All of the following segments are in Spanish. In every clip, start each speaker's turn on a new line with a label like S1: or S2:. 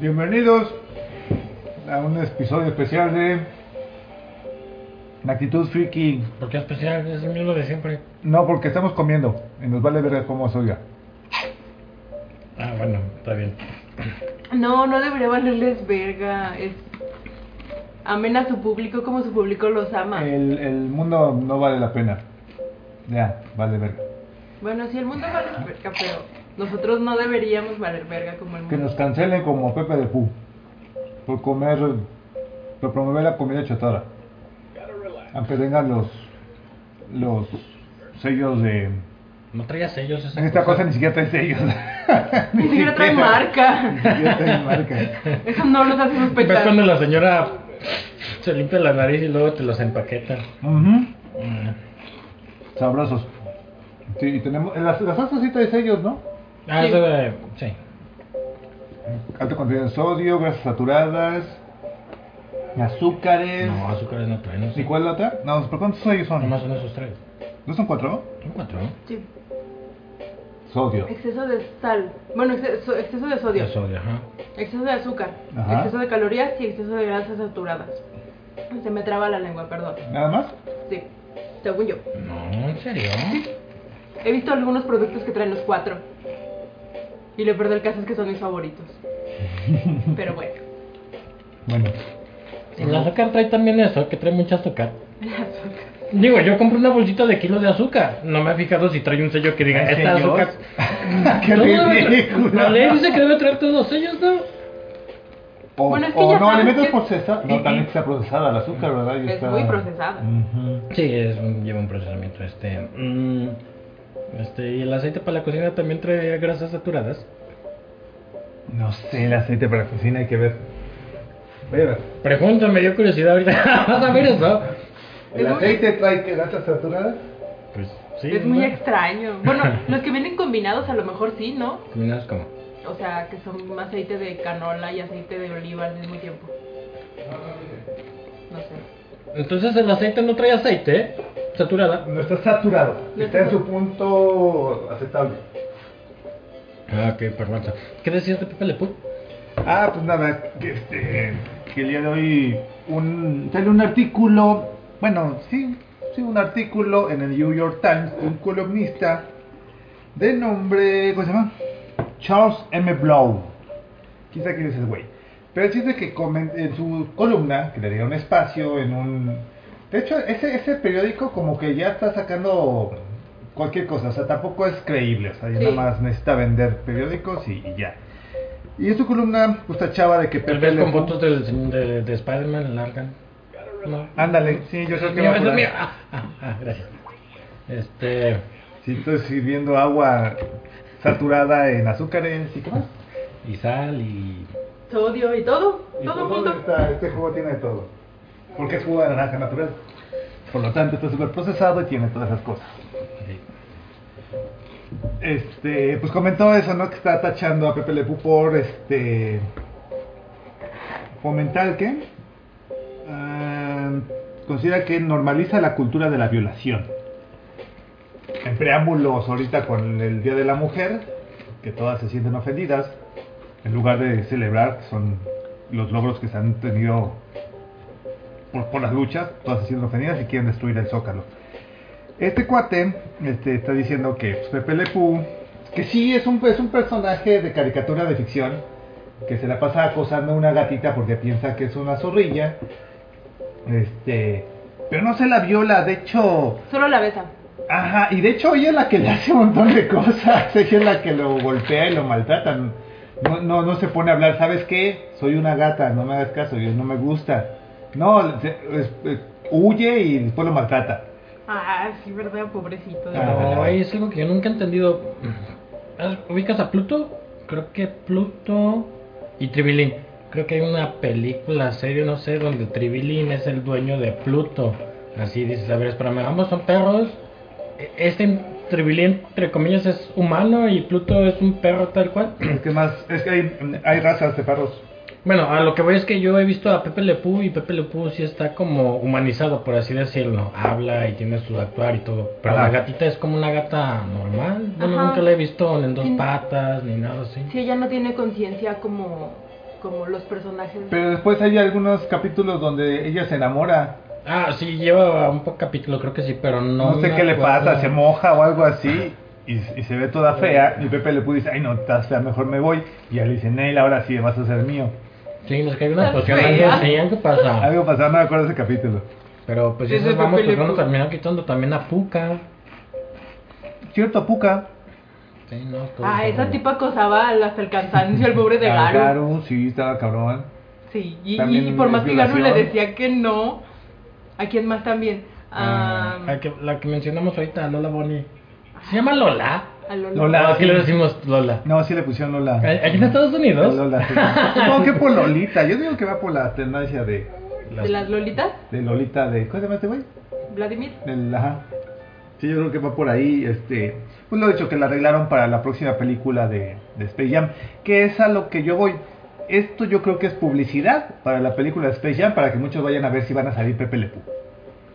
S1: Bienvenidos a un episodio especial de La Actitud Freaky.
S2: ¿Por qué especial? Es el mismo de siempre.
S1: No, porque estamos comiendo y nos vale ver cómo se oiga.
S2: Ah, bueno, está bien.
S3: No, no debería valerles verga. Es... Amen a su público como su público los ama.
S1: El, el mundo no vale la pena. Ya, vale verga.
S3: Bueno, sí, el mundo vale la verga, pero nosotros no deberíamos valer verga como el
S1: Que
S3: mundo.
S1: nos cancelen como Pepe de Pu por comer, por promover la comida chatarra. Aunque tengan los, los sellos de...
S2: No traías sellos esa
S1: En esta cosa ni siquiera trae sellos.
S3: Ni siquiera trae
S1: Ni
S3: marca.
S1: siquiera trae marca.
S3: Eso no los hace
S2: ¿Ves Pues cuando
S3: sospechar.
S2: la señora se limpia la nariz y luego te los empaqueta?
S1: Ujú.
S2: Mm.
S1: Sabrosos. Sí, y tenemos. Las, las salsas sí trae sellos, ¿no?
S2: Ah,
S3: Sí.
S2: eso de... Sí.
S1: Alto contenido en sodio, grasas saturadas, azúcares.
S2: No, azúcares no traen. No
S1: ¿Y
S2: sé.
S1: cuál la otra? No, pero ¿cuántos sellos son?
S2: Nomás son esos tres.
S1: ¿No son cuatro?
S2: ¿Son cuatro?
S3: Sí.
S1: Sodio.
S3: Exceso de sal. Bueno, exceso, exceso de sodio.
S2: De sodio, ajá.
S3: Exceso de azúcar.
S1: Ajá.
S3: Exceso de calorías y exceso de grasas saturadas. Se me traba la lengua, perdón.
S1: ¿Nada más?
S3: Sí, según yo.
S2: No, ¿en serio?
S3: He visto algunos productos que traen los cuatro. Y lo peor del caso es que son mis favoritos. Pero bueno,
S1: Bueno.
S2: El azúcar trae también eso, que trae mucho azúcar. Digo, yo compré una bolsita de kilos de azúcar. No me he fijado si trae un sello que diga,
S1: ¿Hay
S2: esta
S1: sellos?
S2: azúcar...
S1: ¡Qué
S2: No, debe tra-
S1: ridículo!
S2: La ley dice que debe traer todos ellos, ¿no?
S1: O,
S3: Bueno, es que
S1: o
S3: ya
S1: no,
S3: sabes
S1: alimentos
S3: que-
S1: procesados. No,
S2: Y-
S1: también
S2: y-
S1: está procesada el azúcar, ¿verdad? Y
S3: Es
S1: está-
S3: muy procesada.
S1: Ujú.
S2: Sí, es un- lleva un procesamiento. Este, mm, este, y el aceite para la cocina también trae grasas saturadas.
S1: No sé, el aceite para la cocina hay que ver. Voy a ver.
S2: Pregunta, me dio curiosidad ahorita. ¿Vas a ver eso?
S1: ¿El
S3: Es muy-
S1: aceite trae que grasas saturadas?
S2: Pues sí.
S3: es muy
S2: ¿no?
S3: extraño. Bueno, los que vienen combinados a lo mejor sí, ¿no?
S2: Combinados como.
S3: O sea, que son aceite de canola y aceite de oliva al mismo tiempo. No sé.
S2: Entonces el aceite no trae aceite saturada.
S1: No está saturado,
S3: No
S1: está en
S3: está-
S1: su punto aceptable.
S2: Ah, ok, perdón. ¿Qué decías de Pepe Le Pew?
S1: Ah, pues nada, que, este, que el día de hoy un, sale un artículo, bueno, sí, sí, un artículo en el New York Times de un columnista de nombre, ¿cómo se llama? Charles M. Blow. Quizá quién es el güey. Pero el chiste es que comen- en su columna, que le dieron espacio en un... De hecho, ese, ese periódico como que ya está sacando cualquier cosa, o sea, tampoco es creíble, o sea, ya
S3: Sí.
S1: nada más necesita vender periódicos y, y ya. Y en su columna, pues, esta chava de que
S2: Tal
S1: Pepe
S2: vez
S1: Le
S2: con
S1: Pew-
S2: fotos del, señor- de, de Spider-Man largan. No.
S1: Ándale, sí, yo creo que
S2: Mío,
S1: va
S2: eso
S1: por
S2: es
S1: ahí.
S2: mío. Ah, ah, ah, gracias. Este.
S1: Sí, estoy sirviendo agua saturada en azúcares y qué más.
S2: Y sal y.
S3: Sodio y todo. Todo
S1: por
S3: junto.
S1: dónde está? este jugo tiene de todo. Porque es jugo de naranja natural. Por lo tanto, está súper procesado y tiene todas esas cosas. Este, pues comentó eso, ¿no? Que está tachando a Pepe Le Pew por este. fomentar que. considera que normaliza la cultura de la violación. En preámbulos, ahorita con el Día de la Mujer, que todas se sienten ofendidas, en lugar de celebrar, que son los logros que se han tenido por, por las luchas, todas se sienten ofendidas y quieren destruir el zócalo. Este cuate este, está diciendo que pues, Pepe Le Pew, que sí es un, es un personaje de caricatura de ficción, que se la pasa acosando a una gatita porque piensa que es una zorrilla, este, pero no se la viola, de hecho,
S3: Solo la besa.
S1: Ajá, y de hecho ella es la que le hace un montón de cosas, ella es la que lo golpea y lo maltrata, no, no, no se pone a hablar, ¿sabes qué? Soy una gata, no me hagas caso, yo no me gusta. No, se- es- es- huye y después lo maltrata.
S3: Ah, sí, verdad, pobrecito. de
S1: Ah.
S3: verdad.
S2: No, es algo que yo nunca he entendido. ¿Has- ¿Ubicas a Pluto? Creo que Pluto y Tribilín. Creo que hay una película, serie, no sé, donde Tribilín es el dueño de Pluto. Así dices, a ver, espérame, ambos son perros. E- Este Tribilín, entre comillas, es humano y Pluto es un perro tal cual.
S1: Es que más, es que hay, hay razas de perros.
S2: Bueno, a lo que voy es que yo he visto a Pepe Le Pew y Pepe Le Pew sí está como humanizado, por así decirlo. Habla y tiene su actuar y todo. Pero
S1: Ajá.
S2: la gatita es como una gata normal. Bueno,
S3: Ajá.
S2: nunca la he visto en dos
S3: Sí.
S2: patas ni nada así.
S3: Sí, ella no tiene conciencia como, como los personajes.
S1: Pero después hay algunos capítulos donde ella se enamora.
S2: Ah, sí, lleva un poco capítulo, creo que sí, pero no.
S1: No, sé
S2: me
S1: qué le
S2: acuerdo.
S1: pasa, se moja o algo así. Y, y se ve toda fea. Y Pepe le pudo dice, ay no, estás fea, mejor me voy. Y él dice, Neil, ahora sí vas a ser mío.
S2: Sí, nos cae una
S3: Está
S2: poción
S3: fea.
S2: algo así, algo pasa.
S1: Algo pasaba, no me acuerdo ese capítulo.
S2: Pero pues
S3: Es de
S2: esas vamos,
S3: Pepe Le
S2: pues vamos
S3: Pew.
S2: terminando quitando también a Puka.
S1: Cierto, Puka.
S2: Sí, no, todo
S3: Ah,
S2: eso.
S3: esa tipa acosaba al- hasta el cansancio al pobre de
S1: Ah,
S3: Garu.
S1: Garu, sí, estaba cabrón.
S3: Sí, y,
S1: También
S3: y por más
S1: es
S3: que Garu le
S1: violación.
S3: decía que no, ¿a quién más también?
S2: Ah,
S3: A,
S2: la que- la que mencionamos ahorita, Lola Bonnie. ¿Se llama Lola?
S3: a Lola.
S1: Lola.
S2: No, aquí le decimos Lola.
S1: No, sí le pusieron Lola.
S2: ¿A- ¿Aquí en Estados Unidos?
S1: Lola, sí. No, que por Lolita. Yo digo que va por la tendencia de,
S3: ¿De las Lolitas?
S1: de Lolita de. ¿Cómo se llama este güey?
S3: ¿Vladimir?
S1: El- ajá. Sí, yo creo que va por ahí. Este, pues lo he dicho, que la arreglaron para la próxima película de, de Space Jam. Que es a lo que yo voy. Esto yo creo que es publicidad para la película de Space Jam. Para que muchos vayan a ver si van a salir Pepe Le Pew.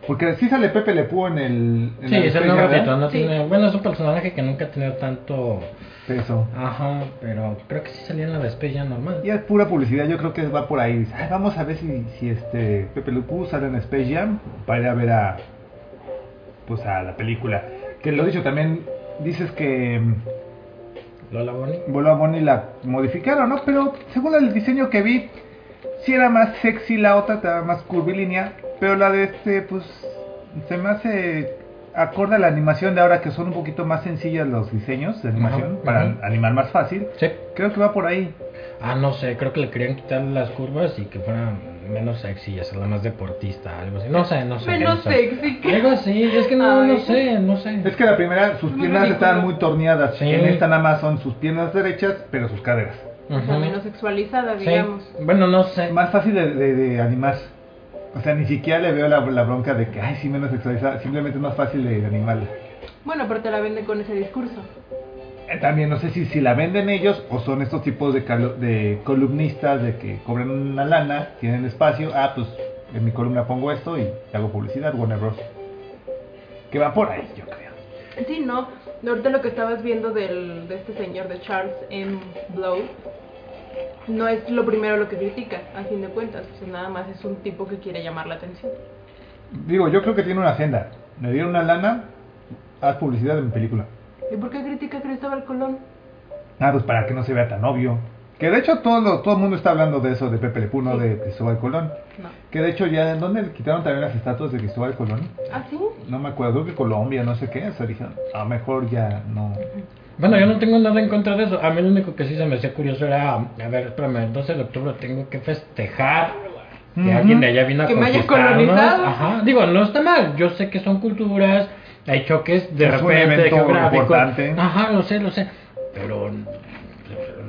S1: Porque sí sale Pepe Le Pew en el. En
S2: Sí,
S1: la de
S2: es el
S1: Space
S2: nuevo
S1: Jam, ¿verdad?
S2: ratito, no
S3: Sí.
S2: tiene... Bueno, es un personaje que nunca ha tenido tanto...
S1: Eso.
S2: Ajá, pero creo que sí salía en la despeja normal.
S1: Y es pura publicidad, yo creo que va por ahí. Dice, "Ay, vamos a ver si, si este Pepe Lupu sale en Space Jam para ir a ver a pues a la película. Que lo dicho también dices que mm,
S2: Lola Bonnie.
S1: Bola Bonnie la modificaron, ¿no? Pero según el diseño que vi, si era más sexy la otra, estaba más curvilínea, pero la de este pues se me hace acorde a la animación de ahora que son un poquito más sencillas los diseños de animación
S2: Ajá,
S1: para
S2: ajá.
S1: animar más fácil.
S2: Sí.
S1: Creo que va por ahí.
S2: Ah, no sé, creo que le querían quitar las curvas y que fuera menos sexy y hacerla más deportista, algo así. No sé, no sé.
S3: Menos
S2: no sé.
S3: sexy que-
S2: Algo así, es que no,
S3: Ay. Pues,
S2: no sé, no sé.
S1: Es que la primera, sus
S3: Muy
S1: piernas
S3: ridículo.
S1: estaban muy torneadas.
S2: Sí.
S1: En esta nada más son sus piernas derechas, pero sus caderas.
S3: O sea,
S2: Ujú.
S3: menos sexualizada,
S2: Sí.
S3: digamos.
S2: Bueno, no sé.
S1: Más fácil de, de- de animar. O sea, ni siquiera le veo la, la bronca de que, ay, sí, menos sexualizada. Simplemente es más fácil de animarla.
S3: Bueno, pero te la venden con ese discurso.
S1: Eh, También no sé si, si la venden ellos o son estos tipos de, calo- de columnistas de que cobran una lana, tienen espacio. Ah, pues en mi columna pongo esto y hago publicidad, Warner Bros. Que va por ahí, yo creo.
S3: Sí, no. Ahorita lo que estabas viendo del, de este señor, de Charles M. Blow, no es lo primero lo que critica, a fin de cuentas. O sea, nada más es un tipo que quiere llamar la atención.
S1: Digo, yo creo que tiene una agenda. Me dieron una lana, haz publicidad de mi película.
S3: ¿Y por qué critica a Cristóbal Colón?
S1: Ah, pues para que no se vea tan obvio. Que de hecho todo, lo- todo el mundo está hablando de eso, de Pepe Le Pew, no de Cristóbal Colón.
S3: No.
S1: Que de hecho ya, ¿en dónde le quitaron también las estatuas de Cristóbal Colón?
S3: ¿Ah, sí?
S1: No me acuerdo, creo que Colombia, no sé qué. O sea, dijeron, a lo mejor ya no.
S2: Bueno, yo no tengo nada en contra de eso. A mí lo único que sí se me hacía curioso era, a ver, espérame, el 12 de octubre tengo que festejar que
S1: Ujú.
S2: alguien de allá vino a
S3: Que me haya
S2: conquistarnos.
S3: colonizado.
S2: Ajá. Digo, no está mal. Yo sé que son culturas, hay choques de
S1: Es un
S2: repente
S1: evento
S2: geográficos.
S1: importante.
S2: Ajá, lo sé, lo sé. Pero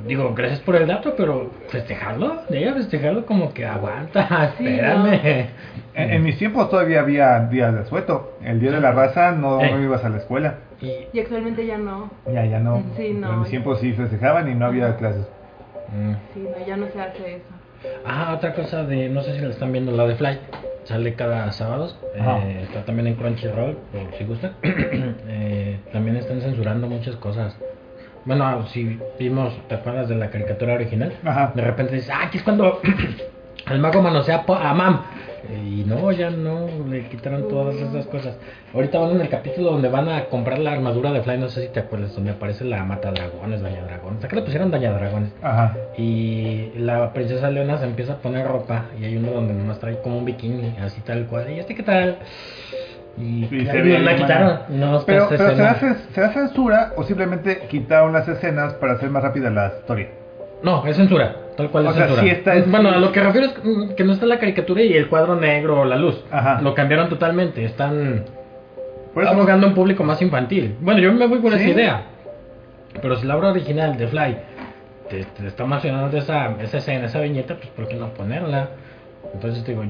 S2: digo, gracias por el dato, pero festejarlo, de ella festejarlo como que aguanta,
S3: Sí,
S2: espérame.
S1: En, en mis tiempos todavía había días de asueto. El día de la raza no,
S2: Eh.
S1: no ibas a la escuela.
S2: Y-
S3: Y actualmente ya no.
S1: Ya, ya no.
S3: Sí, no.
S1: Pero en mis tiempos sí festejaban y no había clases.
S2: mm.
S3: Sí, no, ya no se hace eso.
S2: Ah, otra cosa de, no sé si la están viendo, la de Fly. Sale cada sábado. eh,
S1: Ajá.
S2: está también en Crunchyroll, por si gustan. Eh, también están censurando muchas cosas. Bueno, si vimos, ¿te acuerdas de la caricatura original?
S1: Ajá.
S2: De repente dices, ah, aquí es cuando el mago manosea po- a Mam. Y no, ya no, le quitaron todas esas cosas. Ahorita van en el capítulo donde van a comprar la armadura de Fly, no sé si te acuerdas, donde aparece la mata dragones, daña dragones. ¿A qué le pusieron daña dragones?
S1: Ajá.
S2: Y la princesa Leona se empieza a poner ropa y hay uno donde nomás trae como un bikini, así tal cual. ¿Y este qué tal? Y,
S1: Y
S2: y
S1: se ve
S2: la
S1: bien,
S2: quitaron. No, está
S1: Pero,
S2: esa
S1: pero ¿será,
S2: escena.
S1: cen- ¿será censura o simplemente quitaron las escenas para hacer más rápida la historia?
S2: No, es censura. Tal cual
S1: O
S2: es
S1: sea,
S2: censura.
S1: sí está- es-
S2: Bueno, a lo que refiero es mm, que no está la caricatura y el cuadro negro o la luz.
S1: Ajá.
S2: Lo cambiaron totalmente. Están
S1: Por eso-
S2: abogando a un público más infantil. Bueno, yo me voy por esa
S1: Sí.
S2: idea. Pero si la obra original de Fly te, te está mencionando esa, esa escena, esa viñeta, pues ¿por qué no ponerla? Entonces digo, eh,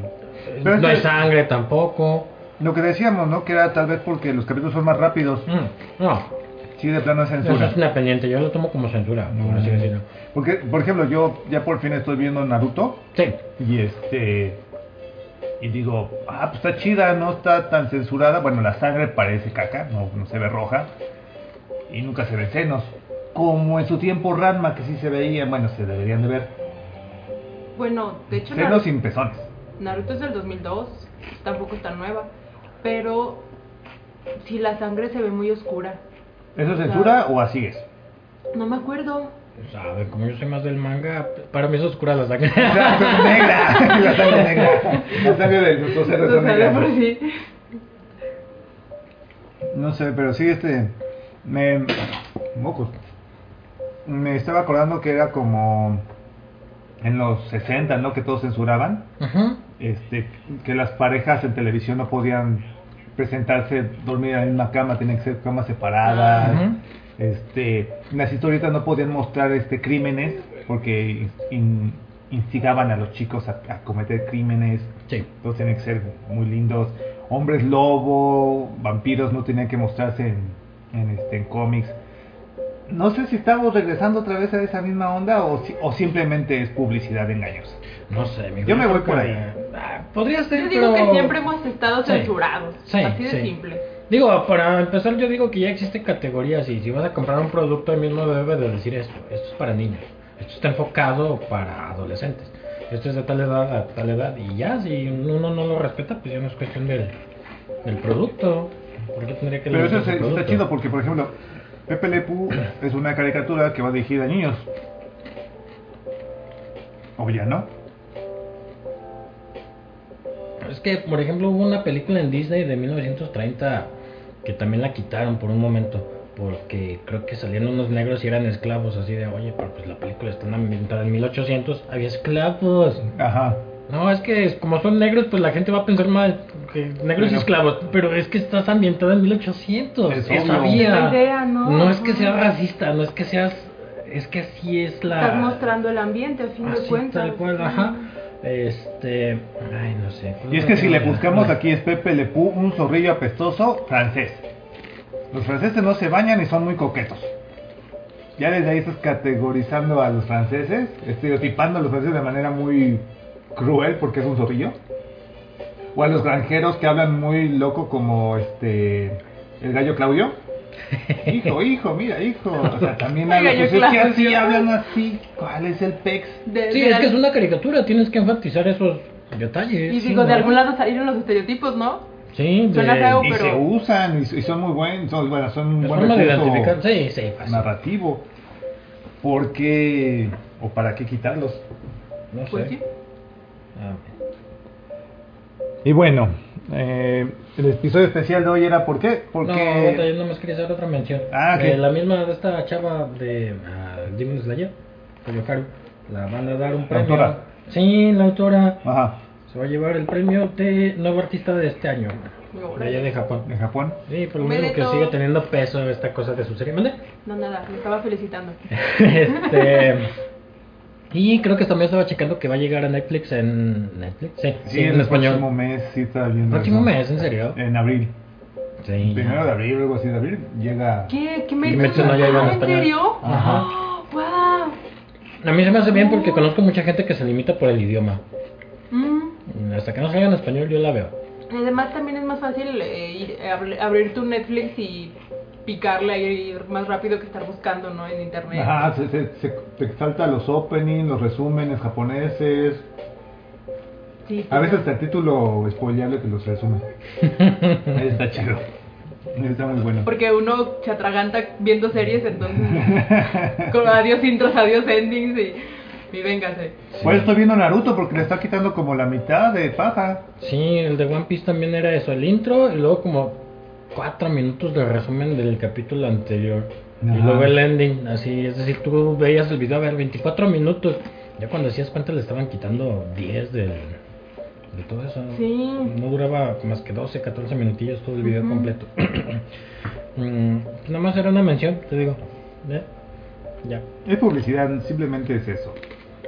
S1: Pero es
S2: no hay
S1: que-
S2: sangre tampoco.
S1: Lo que decíamos, ¿no? Que era tal vez porque los capítulos son más rápidos.
S2: Mm, no,
S1: Sí, de plano es
S2: eso
S1: censura. Mm.
S2: es una pendiente, yo lo tomo como censura, por así decirlo.
S1: Porque, por ejemplo, yo ya por fin estoy viendo Naruto
S2: Sí,
S1: y este y digo, ah, pues está chida, no está tan censurada. Bueno, la sangre parece caca, no, no se ve roja y nunca se ven senos. Como en su tiempo Ranma, que sí se veían, bueno, se deberían de ver.
S3: Bueno, de hecho,
S1: Senos
S3: Naruto,
S1: sin pezones.
S3: Naruto es del 2002, tampoco es tan nueva. Pero si la sangre se ve muy oscura.
S1: ¿Eso es censura o así es?
S3: No me acuerdo.
S2: pues, a ver, como yo soy más del manga, para mí es oscura la sangre.
S1: La sangre es negra, la sangre es negra. La sangre de nuestros héroes
S3: O
S1: es
S3: sea,
S1: negra.
S3: de por sí.
S1: No sé, pero sí, este. Me. Mocos. Me estaba acordando que era como. En los 60, ¿no? Que todos censuraban.
S2: Ujú.
S1: Este, que las parejas en televisión no podían presentarse, dormir en la misma cama, tenían que ser camas separadas.
S2: Ah, ujú.
S1: Este, en las historietas no podían mostrar este crímenes porque in- instigaban a los chicos a, a cometer crímenes.
S2: Sí.
S1: Todos tenían que ser muy lindos. Hombres lobo, vampiros no tenían que mostrarse en, en, este, en cómics. No sé si estamos regresando otra vez a esa misma onda o, si- o simplemente es publicidad engañosa.
S2: No sé, mi
S1: Yo me voy
S2: creo
S1: por
S2: que-
S1: ahí.
S2: Ah, podría ser,
S3: Yo digo
S2: pero-
S3: que siempre hemos estado
S2: Sí.
S3: censurados.
S2: Sí,
S3: así de
S2: sí.
S3: simple.
S2: Digo, para empezar, yo digo que ya existen categorías y si vas a comprar un producto, ahí mismo debe de decir esto. Esto es para niños. Esto está enfocado para adolescentes. Esto es de tal edad a tal edad. Y ya, si uno no lo respeta, pues ya no es cuestión del, del producto. ¿Por qué tendría que
S1: Pero eso
S2: limitarse
S1: es-
S2: el
S1: está
S2: producto?
S1: chido porque, por ejemplo, Pepe Le Pew es una caricatura que va dirigida a niños. O ya no.
S2: Es que, por ejemplo, hubo una película en Disney de 1930 que también la quitaron por un momento. Porque creo que salían unos negros y eran esclavos. Así de, oye, pero pues la película está ambientada en 1800. Había esclavos.
S1: Ajá.
S2: No, es que es- como son negros, pues la gente va a pensar mal que negros y
S1: Bueno.
S2: esclavos. Pero es que estás ambientada en 1800.
S1: Es
S2: eso
S1: obvio.
S2: había.
S3: Es la idea, ¿no?
S2: es que seas racista, no es que seas. Es que así es la.
S3: Estás mostrando el ambiente, a fin de
S2: Ah, Así
S3: cuentas. Mm.
S2: tal cual, ajá. Este. Ay, no sé.
S1: Y es que si le buscamos aquí es Pepe Le Pew, un zorrillo apestoso francés. Los franceses no se bañan y son muy coquetos. Ya desde ahí estás categorizando a los franceses, estereotipando a los franceses de manera muy cruel porque es un zorrillo. O a los granjeros que hablan muy loco como este el gallo Claudio. Hijo, hijo, mira, hijo. O sea, también
S3: El
S1: hablan,
S3: gallo
S1: pues, es que
S3: Claudio.
S1: así hablan así. ¿Cuál es el pex?
S3: De-
S2: Sí,
S3: de
S2: es que
S3: al-
S2: es una caricatura, tienes que enfatizar esos detalles.
S3: Y
S2: sí,
S3: digo, de
S2: ¿no?
S3: algún lado salieron los estereotipos, ¿no?
S2: Sí, de.
S3: suena feo,
S1: Y
S3: Pero-
S1: se usan y, y son muy buenos, son, bueno, pues son un
S2: es
S1: buen
S2: forma de
S1: recurso.
S2: identificar. Sí, sí, fácil.
S1: narrativo. ¿Por qué o para qué quitarlos?
S2: No
S3: Pues
S2: sé.
S3: sí.
S2: Ah,
S1: Y bueno, eh, el episodio especial de hoy era ¿por qué?
S2: No,
S1: Porque
S2: aguanta, yo nomás quería hacer otra mención.
S1: Ah,
S2: Eh,
S1: ok.
S2: La misma de esta chava de ah, Demon Slayer, Koyoharu, la van a dar un premio.
S1: autora.
S2: Sí, la autora.
S1: Ajá,
S2: Se va a llevar el premio de nuevo artista de este año. De allá de Japón.
S1: en Japón.
S2: Sí, por lo menos que
S3: Benito.
S2: sigue teniendo peso esta cosa de su serie. ¿Mande?
S3: No, nada, me estaba felicitando.
S2: este. Y creo que también estaba checando que va a llegar a Netflix en. ¿Netflix? Sí, sí, en
S1: el próximo
S2: español.
S1: mes sí está viendo.
S2: Próximo
S1: eso.
S2: mes, ¿en serio?
S1: En abril.
S2: Sí.
S1: Primero de abril, luego así de abril, llega.
S3: ¿Qué? ¿Qué me
S2: Y
S3: dices?
S2: Metsu no ya iba en
S3: Ah, ¿En
S2: español.
S3: serio?
S2: Ajá.
S3: ¡Wow!
S2: A mí se me hace bien porque conozco mucha gente que se limita por el idioma.
S3: Mm.
S2: Hasta que no salga en español yo la veo.
S3: Además, también es más fácil eh, ir- abri- abrir tu Netflix y picarle ahí ir más rápido que estar buscando, ¿no? En internet.
S1: Ajá, se, se- se- te salta los openings, los resúmenes japoneses.
S3: Sí,
S1: A veces hasta el título spoileable te los resume. está chido. Está muy bueno.
S3: Porque uno se atraganta viendo series, entonces. con adiós intros, adiós endings y. Y véngase.
S1: Pues estoy viendo Naruto porque le está quitando como la mitad de paja.
S2: Sí, el de One Piece también era eso, el intro y luego como cuatro minutos de resumen del capítulo anterior. Y
S1: Ajá.
S2: luego el ending, así, es decir, tú veías el video a ver 24 minutos. Ya cuando hacías cuenta le estaban quitando 10 del, de todo eso. ¿no?
S3: Sí.
S2: No duraba más que 12, 14 minutillos todo el video
S3: Ujú.
S2: completo. Mm, pues nada más era una mención, te digo. ¿eh? Ya.
S1: Es publicidad, simplemente es eso.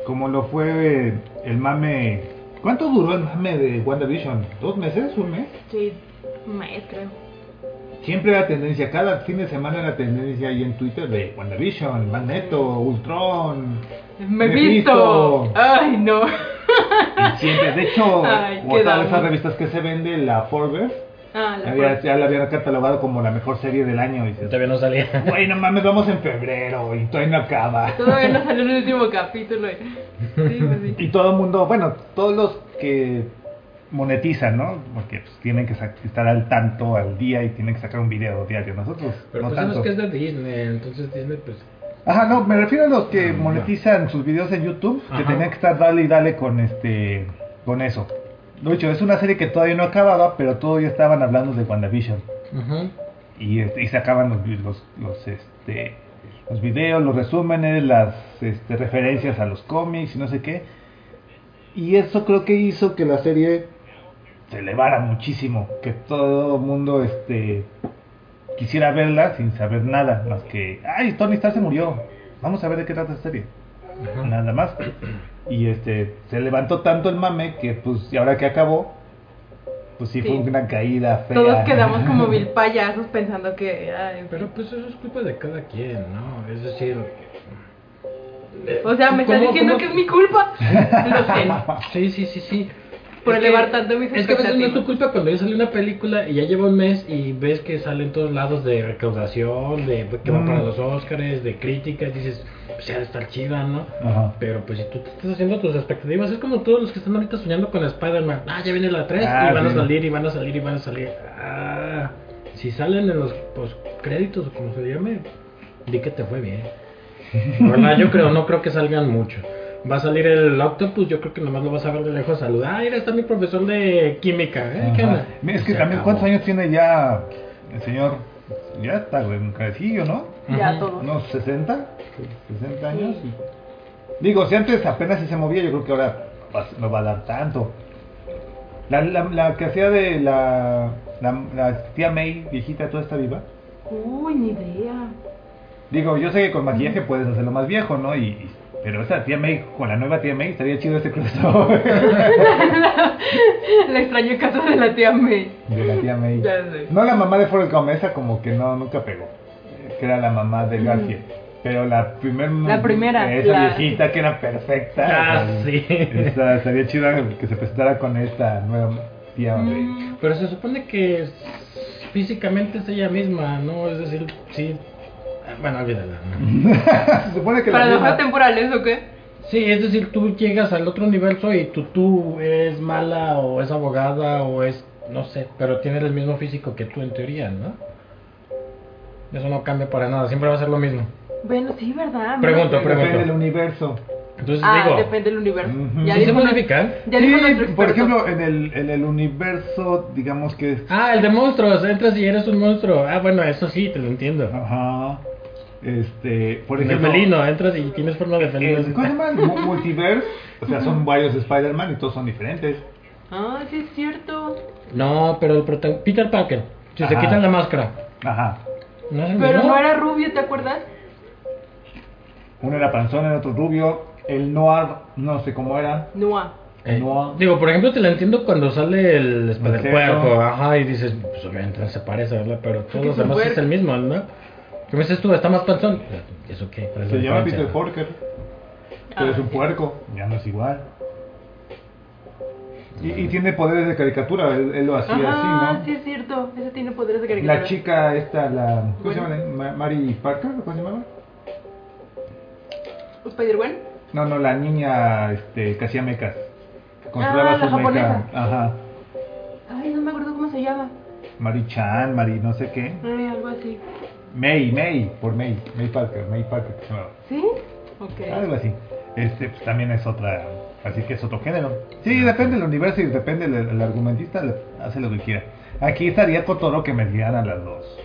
S1: Como lo fue eh, el mame. ¿Cuánto duró el mame de WandaVision? ¿Dos meses? ¿Un mes?
S3: Sí, un mes creo.
S1: Siempre era tendencia, cada fin de semana era tendencia ahí en Twitter de WandaVision, Magneto, Ultron.
S3: ¡Me
S1: Mephisto.
S3: visto! ¡Ay, no!
S1: Y siempre, de hecho,
S3: Ay,
S1: como
S3: qué
S1: todas
S3: daño.
S1: esas revistas que se vende, la Forbes,
S3: Ah, la
S1: había-
S3: Forbes.
S1: ya la habían catalogado como la mejor serie del año. Y dices,
S2: Todavía no salía.
S1: güey, Pues no mames, vamos en febrero y todavía no acaba.
S3: Todavía no salió el último capítulo. eh. Sí, pues sí.
S1: Y todo el mundo, bueno, todos los que monetizan, ¿no? Porque pues, tienen que sa- estar al tanto, al día y tienen que sacar un video diario. Nosotros
S2: Pero
S1: no
S2: pues
S1: tanto.
S2: sabes que es de Disney, entonces Disney pues...
S1: Ajá, no, me refiero a los que
S2: Ah, ya.
S1: monetizan sus videos en YouTube, que
S2: Ajá.
S1: tenían que estar dale y dale con este con eso. De hecho, es una serie que todavía no acababa, pero todavía estaban hablando de WandaVision.
S2: ujú.
S1: Y, este, y sacaban los, vi- los, los, este, los videos, los resúmenes, las este, referencias a los cómics y no sé qué. Y eso creo que hizo que la serie se elevara muchísimo, que todo el mundo este, quisiera verla sin saber nada, más que, ay, Tony Stark se murió, vamos a ver de qué trata esta serie,
S2: Ajá.
S1: nada más. Y este, se levantó tanto el mame que pues, y ahora que acabó, pues sí,
S3: Sí.
S1: fue una caída fea.
S3: Todos quedamos como mil payasos pensando que. ay,
S2: Pero pues eso es culpa de cada quien, ¿no? Es decir... eh,
S3: O sea, me estás
S2: ¿Cómo-
S3: diciendo
S2: cómo-
S3: que es mi culpa. Lo sé.
S2: Sí, sí, sí, sí.
S3: Por
S2: Es
S3: elevar
S2: que-
S3: tanto mis
S2: Es que a veces no es
S3: expectativas.
S2: tu culpa cuando ya sale una película y ya lleva un mes y ves que sale en todos lados de recaudación, de que va
S1: Mm.
S2: para los Oscars, de críticas, dices, pues ya está chida, ¿no?
S1: Ajá.
S2: Pero pues si tú te estás haciendo tus expectativas, es como todos los que están ahorita soñando con Spider-Man. Ah, ya viene la 3
S1: Ah,
S2: y van
S1: sí.
S2: a salir y van a salir y van a salir. Ah, si salen en los pues, créditos o como se llame, di que te fue bien. Bueno, yo creo, no creo que salgan mucho. Va a salir el Octopus, yo creo que nomás lo vas a ver de lejos saludar. Ah, mira, está mi profesor de química. ¿eh? ¿Qué
S1: Ajá.
S2: onda?
S1: Mira, es que
S2: Se
S1: también,
S2: acabó.
S1: ¿cuántos años tiene ya el señor? Ya está, güey, un crecillo, ¿no?
S3: Ya
S2: Ujú.
S3: todo.
S1: ¿Unos 60? 60 años. Digo, si antes apenas si se movía, yo creo que ahora pues, no va a dar tanto. La, la, la que hacía de la, la, la tía May, viejita, toda está viva.
S3: Uy, ni idea.
S1: Digo, yo sé que con maquillaje puedes hacerlo más viejo, ¿no? Y, y- pero esa tía May, con la nueva tía May, estaría chido ese crossover
S3: La extraño casa de la tía May.
S1: de la tía May.
S3: Ya sé.
S1: No la mamá de Forrest Gump, esa como que no, nunca pegó. eh, Que era la mamá de Garfield. Pero la, primer,
S3: La primera,
S1: Esa
S3: la-
S1: viejita que era perfecta.
S2: Ah,
S1: o sea,
S2: sí.
S1: esa- estaría chida que se presentara con esta nueva tía.
S3: Mm.
S2: Pero se supone que s- físicamente es ella misma, ¿no? Es decir, sí. ah, Bueno, olvídala. ¿no?
S1: se supone que la
S3: ¿Paradojas
S1: misma-
S3: temporales o qué?
S2: Sí, es decir, tú llegas al otro universo y tú, tú eres mala o es abogada o es, no sé, pero tienes el mismo físico que tú en teoría, ¿no? Eso no cambia para nada, siempre va a ser lo mismo.
S3: Bueno, sí, ¿verdad?
S2: Pregunto,
S1: Depende del
S2: pregunto.
S1: universo.
S2: Entonces
S3: Ah,
S2: digo,
S3: depende del universo.
S1: Ujú.
S3: Ya
S2: ¿sí se
S3: dijo nuestro-
S2: modifican?
S3: Ya
S1: Sí,
S3: dijo nuestro
S1: por
S3: experto.
S1: ejemplo, en el, en el universo, digamos que es
S2: Ah, el de monstruos, entras y eres un monstruo. Ah, bueno, eso sí, te lo entiendo.
S1: Ajá. Este, por
S2: de
S1: ejemplo,
S2: felino, entras y tienes forma de
S1: el- ¿Cómo se
S2: felino.
S1: llama? El mu- Multiverse. O sea, son varios Spider-Man y todos son diferentes.
S3: Ah, sí es cierto.
S2: No, pero el prota- Peter Parker, si se
S1: Ajá.
S2: quitan la máscara,
S1: Ajá.
S2: ¿no es el
S3: Pero
S2: mismo?
S3: no era rubio, ¿te acuerdas?
S1: Uno era panzón, el otro rubio. El Noir, no sé cómo era.
S3: Noah.
S2: Eh,
S1: No.
S2: Digo, por ejemplo, te la entiendo cuando sale el
S1: Marcelo.
S2: espadepuerco, ajá, y dices, pues obviamente no se parece, ¿verdad? Pero
S3: que
S2: todos
S3: es
S2: los
S3: un
S2: demás es
S3: puerco.
S2: el mismo, ¿no? ¿Qué me dices tú? ¿Está más panzón? ¿Y ¿Eso qué? ¿Cuál es
S1: Se
S2: la
S1: llama
S2: diferencia?
S1: Peter Porker. Pero
S3: Ah,
S1: es un
S3: sí.
S1: puerco. Ya no es igual. Y, y tiene poderes de caricatura. Él, él lo hacía
S3: Ajá,
S1: así,
S3: Ah, sí
S1: ¿no?
S3: es cierto. Ese tiene poderes de caricatura.
S1: La chica esta, la. ¿Cómo se
S3: Bueno.
S1: llama? Ma- Mary Parker, ¿cómo se llamaba?
S3: ¿Spider-Man?
S1: No, no, la niña este, que hacía mecas. Que controlaba
S3: Ah, la
S1: su meca.
S3: japonesa.
S1: Ajá.
S3: Ay, no me acuerdo cómo se llama.
S1: Mari Chan, Mari no sé qué.
S3: Ay, algo así.
S1: May, May, por May. May Parker, May Parker, que se llamaba.
S3: ¿Sí? Ok.
S1: Algo así. Este, pues también es otra. Así que es otro género. Ah, Sí, depende del universo y depende del el argumentista, le- hace lo que quiera. Aquí estaría Totoro que me dieran a las dos.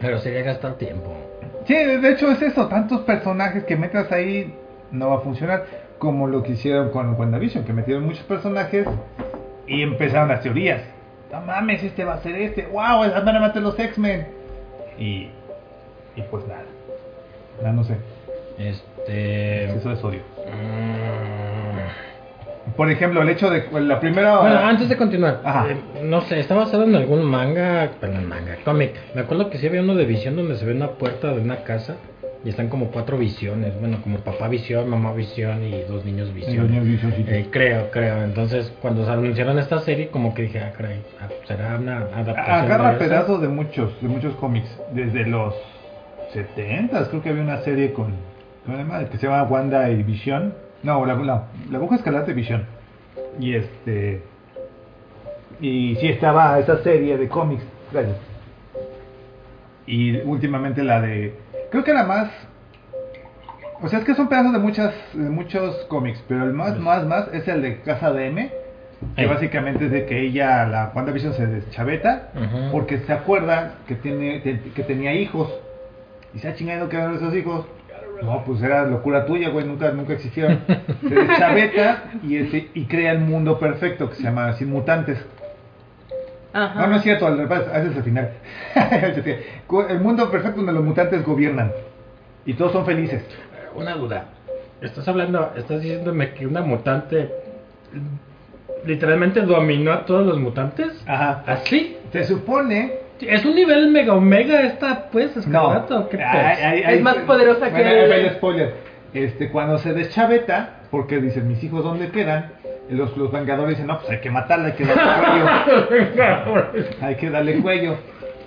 S2: Pero sería gastar tiempo.
S1: Sí, de hecho es eso. Tantos personajes que metas ahí no va a funcionar. Como lo que hicieron con WandaVision, que metieron muchos personajes y Y empezaron las teorías. No mames, este va a ser este. ¡Wow! Van a matar los X-Men. Y, y pues nada. Nada, no sé.
S2: Este.
S1: Eso es odio.
S2: mm,
S1: Por ejemplo, el hecho de la primera.
S2: Bueno, antes de continuar,
S1: Ajá.
S2: eh, no sé, está basado en algún manga, perdón, manga, cómic. Me acuerdo que sí había uno de visión donde se ve una puerta de una casa y están como cuatro visiones. Bueno, como papá visión, mamá visión y dos niños
S1: Sí, los
S2: visión.
S1: niños viciositos.
S2: Eh, creo, creo. Entonces, cuando se anunciaron esta serie, como que dije, ah, caray, ah, será una adaptación.
S1: Agarra
S2: de esa?
S1: pedazos de muchos, de muchos cómics. Desde los 70 creo que había una serie con. ¿Cómo se llama? Que se llama Wanda y Vision. No, la, la, la aguja escalante y Vision. Y este. Y sí estaba esa serie de cómics. Gracias. Y últimamente la de. Creo que la más. O sea, es que son pedazos de, muchas, de muchos cómics, pero el más, más, más es el de Casa de M. Que
S2: Ey.
S1: básicamente es de que ella, la WandaVision, se deschaveta
S2: Ujú.
S1: porque se acuerda que, tiene, te- que tenía hijos. Y se ha chingado que eran esos hijos. No, pues era locura tuya, güey, nunca, nunca existieron. Se deschaveta y, este- y crea el mundo perfecto que se llama así Mutantes.
S3: Ajá.
S1: No, no es cierto, al revés, ese es el final. Cu- el mundo perfecto donde los mutantes gobiernan y todos son felices.
S2: Una duda. Estás hablando, estás diciéndome que una mutante literalmente dominó a todos los mutantes.
S1: Ajá.
S2: ¿Así?
S1: Se supone
S2: ¿Es un nivel mega omega esta, pues, escarlata o qué
S1: Ay,
S2: pex?
S1: ay, ay,
S3: Es más
S1: pues,
S3: poderosa
S1: bueno,
S3: que
S1: ahí
S3: él.
S1: va el spoiler. Este, cuando se deschaveta, porque dicen mis hijos dónde quedan, los, los vengadores dicen, no, pues hay que matarla, hay que darle cuello, hay que darle cuello.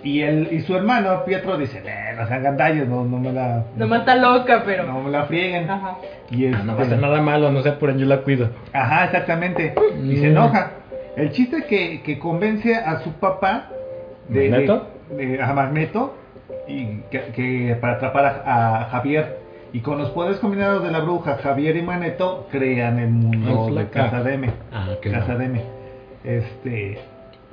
S1: Y él y su hermano Pietro dicen, eh, no sean gandallas, no, no me la
S3: No mata loca, pero.
S1: no me la frieguen.
S3: Ajá.
S1: Y
S2: Ah, no va a
S1: este,
S2: ser nada malo, no se apuren, yo la cuido.
S1: Ajá, exactamente. Y se
S2: Mm.
S1: enoja. El chiste es que, que convence a su papá de,
S2: ¿Magneto?
S1: de- de- a Magneto y que, que para atrapar a, a Javier. Y con los poderes combinados de la bruja, Javier y Magneto crean el mundo
S2: Ah, es la
S1: de Casa de M.
S2: Ah, qué
S1: Casa
S2: bueno.
S1: de M. Este,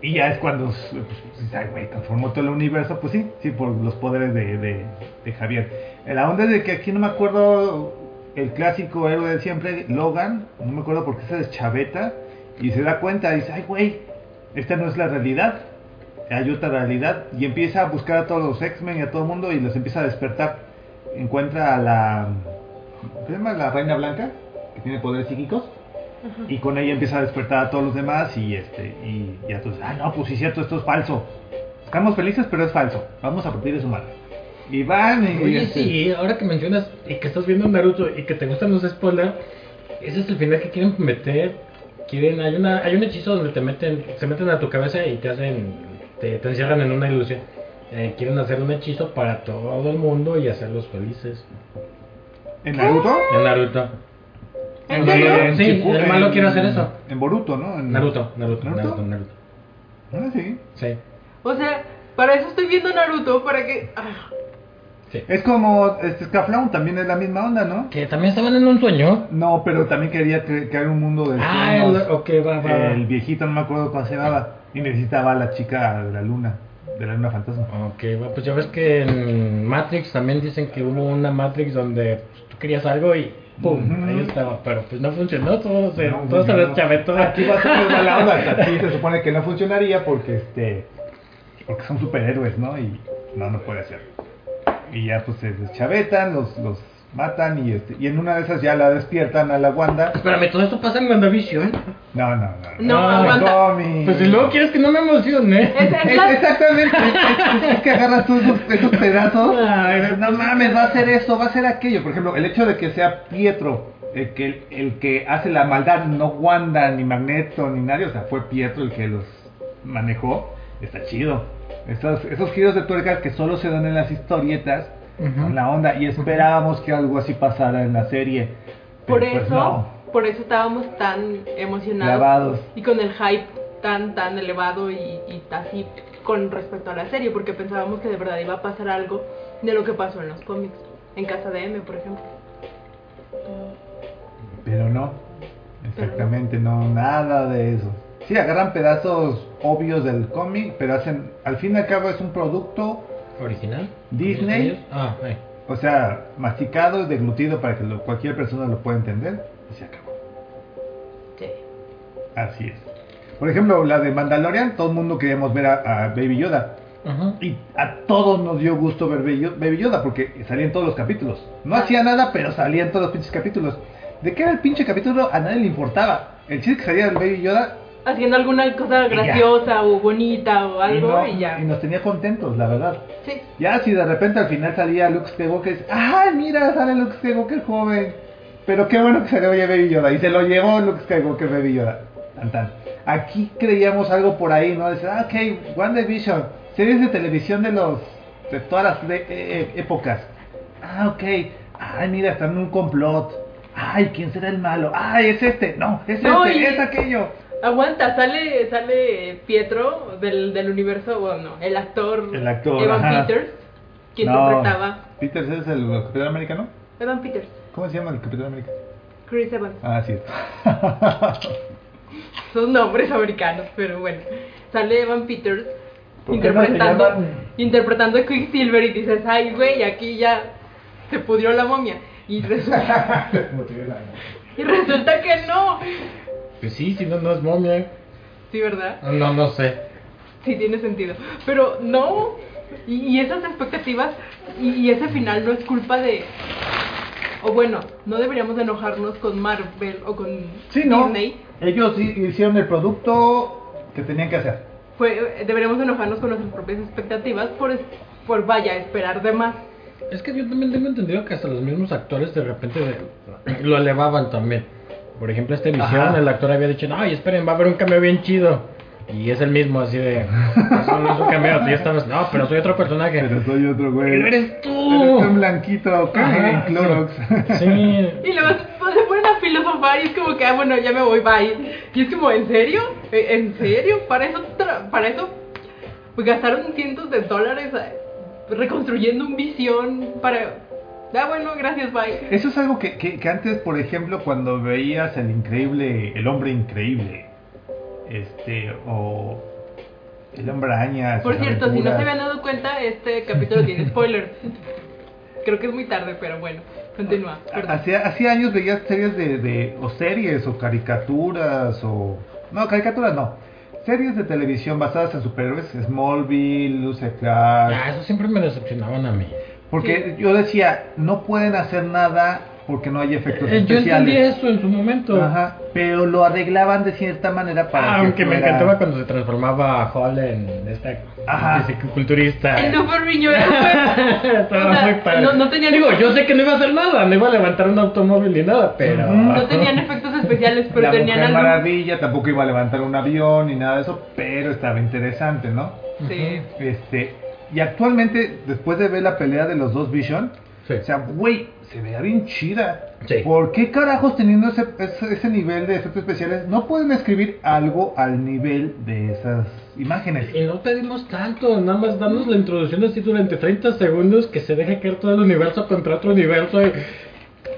S1: y ya es cuando s- pues, ay, güey, transformó todo el universo. Pues sí, sí, por los poderes de, de, de Javier. Eh, La onda es de que aquí no me acuerdo el clásico héroe de siempre, Logan. No me acuerdo por qué se deschaveta. Y se da cuenta, dice, ay, güey, esta no es la realidad. Hay otra realidad. Y empieza a buscar a todos los X-Men y a todo el mundo y los empieza a despertar. Encuentra a la. ¿Cómo se llama? La Reina Blanca, que tiene poderes psíquicos y con ella empieza a despertar a todos los demás y este y ya entonces ah no pues sí es cierto esto es falso estamos felices pero es falso vamos a partir de su madre y van y, y
S2: Oye,
S1: este,
S2: sí, ahora que mencionas y que estás viendo Naruto y que te gustan los spoilers, ese es el final que quieren meter. Quieren, hay una, hay un hechizo donde te meten, se meten a tu cabeza y te hacen, te, te encierran en una ilusión. Eh, quieren hacer un hechizo para todo el mundo y hacerlos felices.
S1: en Naruto
S2: En Naruto.
S3: ¿En serio?
S2: Sí,
S1: Shippuden,
S2: el malo quiere hacer eso.
S1: en Boruto no en
S2: Naruto, Naruto,
S1: Naruto,
S2: Naruto, Naruto.
S1: Ah, sí
S2: Sí,
S3: O sea, para eso estoy viendo Naruto, para que. ah,
S2: sí.
S1: es como este Scaflown también es la misma onda no
S2: Que también estaban en un sueño.
S1: no pero también quería cre- crear un mundo de
S2: Ah, el, ok, va, va. va.
S1: el viejito no me acuerdo cómo se llamaba y necesitaba a la chica de la luna de la luna fantasma
S2: Ok, bueno, pues ya ves que en Matrix también dicen que hubo una Matrix donde pues, tú querías algo y ¡pum!
S1: Ujú.
S2: Ahí estaba, pero pues no pues, funcionó, todo se,
S1: No,
S2: todo se
S1: no.
S2: deschavetó.
S1: Aquí va a ser muy mala onda. Aquí se supone que no funcionaría porque este porque son superhéroes, ¿no? Y no, no puede ser. Y ya pues se deschavetan, los, los matan y este, y en una de esas ya la despiertan a la Wanda.
S2: Espérame, todo esto pasa en WandaVision.
S1: No, no, no.
S3: No,
S2: Ah,
S3: aguanta.
S1: Tommy.
S2: Pues si luego quieres que no me emocione.
S3: Esa es
S1: Es-
S3: la-
S1: Exactamente, es, es- es que agarras tú esos, esos pedazos.
S2: Ay,
S1: dices, no mames, va a ser esto, va a ser aquello. Por ejemplo, el hecho de que sea Pietro el que, el que hace la maldad, no Wanda, ni Magneto, ni nadie, o sea, fue Pietro el que los manejó, está chido. Esos, esos giros de tuerca que solo se dan en las historietas,
S2: Ujú.
S1: son la onda, y esperábamos que algo así pasara en la serie.
S3: Por
S1: Pero, pues,
S3: eso,
S1: no,
S3: por eso estábamos tan emocionados.
S1: clavados.
S3: Y con el hype tan, tan elevado y, y así con respecto a la serie, porque pensábamos que de verdad iba a pasar algo de lo que pasó en los cómics. En Casa de M, por ejemplo.
S1: Pero no, exactamente, no, nada de eso. Sí, agarran pedazos obvios del cómic, pero hacen, al fin y al cabo es un producto,
S2: ¿Original?
S1: Disney.
S2: Ah, ay.
S1: o sea, masticado y deglutido para que lo- cualquier persona lo pueda entender y se acabó.
S3: Sí.
S1: Así es. Por ejemplo, la de Mandalorian, todo el mundo queríamos ver a, a Baby Yoda.
S2: Ajá.
S1: Y a todos nos dio gusto ver Baby Yo- Baby Yoda porque salía en todos los capítulos. No hacía nada, pero salía en todos los pinches capítulos. ¿De qué era el pinche capítulo? A nadie le importaba. El chiste que salía el Baby Yoda
S3: Haciendo alguna cosa
S1: Y ya.
S3: graciosa o bonita o algo
S1: no-
S3: y ya.
S1: y nos tenía contentos, la verdad.
S3: Sí.
S1: Ya si de repente al final salía Luke Skywalker, es, ¡ay, mira, sale Luke Skywalker joven! Pero qué bueno que se lo lleve Baby Yoda. Y se lo llevó Luke Skywalker Baby Yoda. Tan, tan. Aquí creíamos algo por ahí, ¿no? Decir, ah, ok, WandaVision, series de televisión de los de todas las de- eh, eh, épocas. Ah, ok. Ay, mira, están en un complot. Ay, ¿quién será el malo? Ay, es este. No, es
S3: No,
S1: este,
S3: y-
S1: es aquello.
S3: Aguanta, sale, sale Pietro del, del universo, bueno, el actor,
S1: El actor,
S3: Evan
S1: ajá.
S3: Peters, quien
S1: No.
S3: interpretaba
S1: Peter, ¿ese es el Capitán Americano?
S3: Evan Peters,
S1: ¿Cómo se llama el Capitán América?
S3: Chris Evans.
S1: Ah, sí.
S3: Son nombres americanos, pero bueno. Sale Evan Peters
S1: ¿Por qué no se
S3: interpretando,
S1: llaman?
S3: interpretando a Quicksilver y dices, ay, güey, aquí ya se pudrió la momia. Y resulta, y resulta que no.
S2: Pues sí, si no, no es momia.
S3: Sí, ¿verdad?
S2: No, no sé.
S3: Sí, tiene sentido. Pero no. Y, y esas expectativas y, y ese final no es culpa de. O bueno, no deberíamos de enojarnos con Marvel o con
S1: Sí, ¿no?
S3: Disney.
S1: Ellos sí hicieron el producto que tenían que hacer.
S3: Fue, deberíamos de enojarnos con nuestras propias expectativas por, es- por vaya, esperar de más.
S2: Es que yo también tengo entendido que hasta los mismos actores de repente de- lo elevaban también. Por ejemplo, esta visión,
S1: Ajá.
S2: el actor había dicho, ay, esperen, va a haber un cameo bien chido. Y es el mismo, así de, eso no es un cameo, tú ya estabas, no, pero soy otro personaje.
S1: soy otro güey.
S2: Pero eres tú.
S1: Eres un blanquito,
S2: Ajá,
S1: en Clorox.
S2: Sí.
S3: Y luego pues, se se ponen a filosofar y es como que, ah, bueno, ya me voy, bye. Y es como, ¿en serio? ¿E- ¿En serio? ¿Para eso, tra- para eso pues, gastaron cientos de dólares eh, reconstruyendo un visión para... Ah, bueno, gracias, bye.
S1: Eso es algo que, que- que antes, por ejemplo, cuando veías el increíble, el hombre increíble, este, o el hombre araña.
S3: Por
S1: sus
S3: cierto, si no
S1: aventuras.
S3: se habían dado cuenta, este capítulo tiene spoilers. Creo que es muy tarde, pero bueno, continúa.
S1: Ah,
S3: Perdón.
S1: Hacía, hacía años veías series de, de- o series o caricaturas o no caricaturas no series de televisión basadas en superhéroes Smallville, Lucy Clark
S2: Ah, eso siempre me decepcionaban a mí.
S1: porque yo decía no pueden hacer nada porque no hay efectos
S2: Eh, yo entendí
S1: especiales
S2: eso en su momento.
S1: Ajá, pero lo arreglaban de cierta manera para
S2: Ah,
S1: que
S2: aunque me
S1: fuera-
S2: encantaba cuando se transformaba a Hall en este
S1: Ajá.
S2: culturista.
S3: Ay, no, Fermiño, eso fue-
S2: Estaba
S3: O sea,
S2: muy padre.
S3: no- no tenía
S2: Digo,
S3: ningún-
S2: yo sé que no iba a hacer nada, no iba a levantar un automóvil ni nada, pero.
S1: Ujú.
S3: pues, No tenían efectos especiales, pero
S1: la
S3: tenían
S1: Mujer
S3: algo...
S1: Maravilla tampoco iba a levantar un avión ni nada de eso pero estaba interesante no
S3: Sí.
S1: este y actualmente después de ver la pelea de los dos Vision
S2: Sí.
S1: O sea, güey, se veía bien chida.
S2: Sí.
S1: ¿Por qué carajos teniendo ese, ese, ese nivel de efectos especiales no pueden escribir algo al nivel de esas imágenes?
S2: Y Eh, no pedimos tanto, nada más darnos la introducción así durante 30 segundos que se deje caer todo el universo contra otro universo y,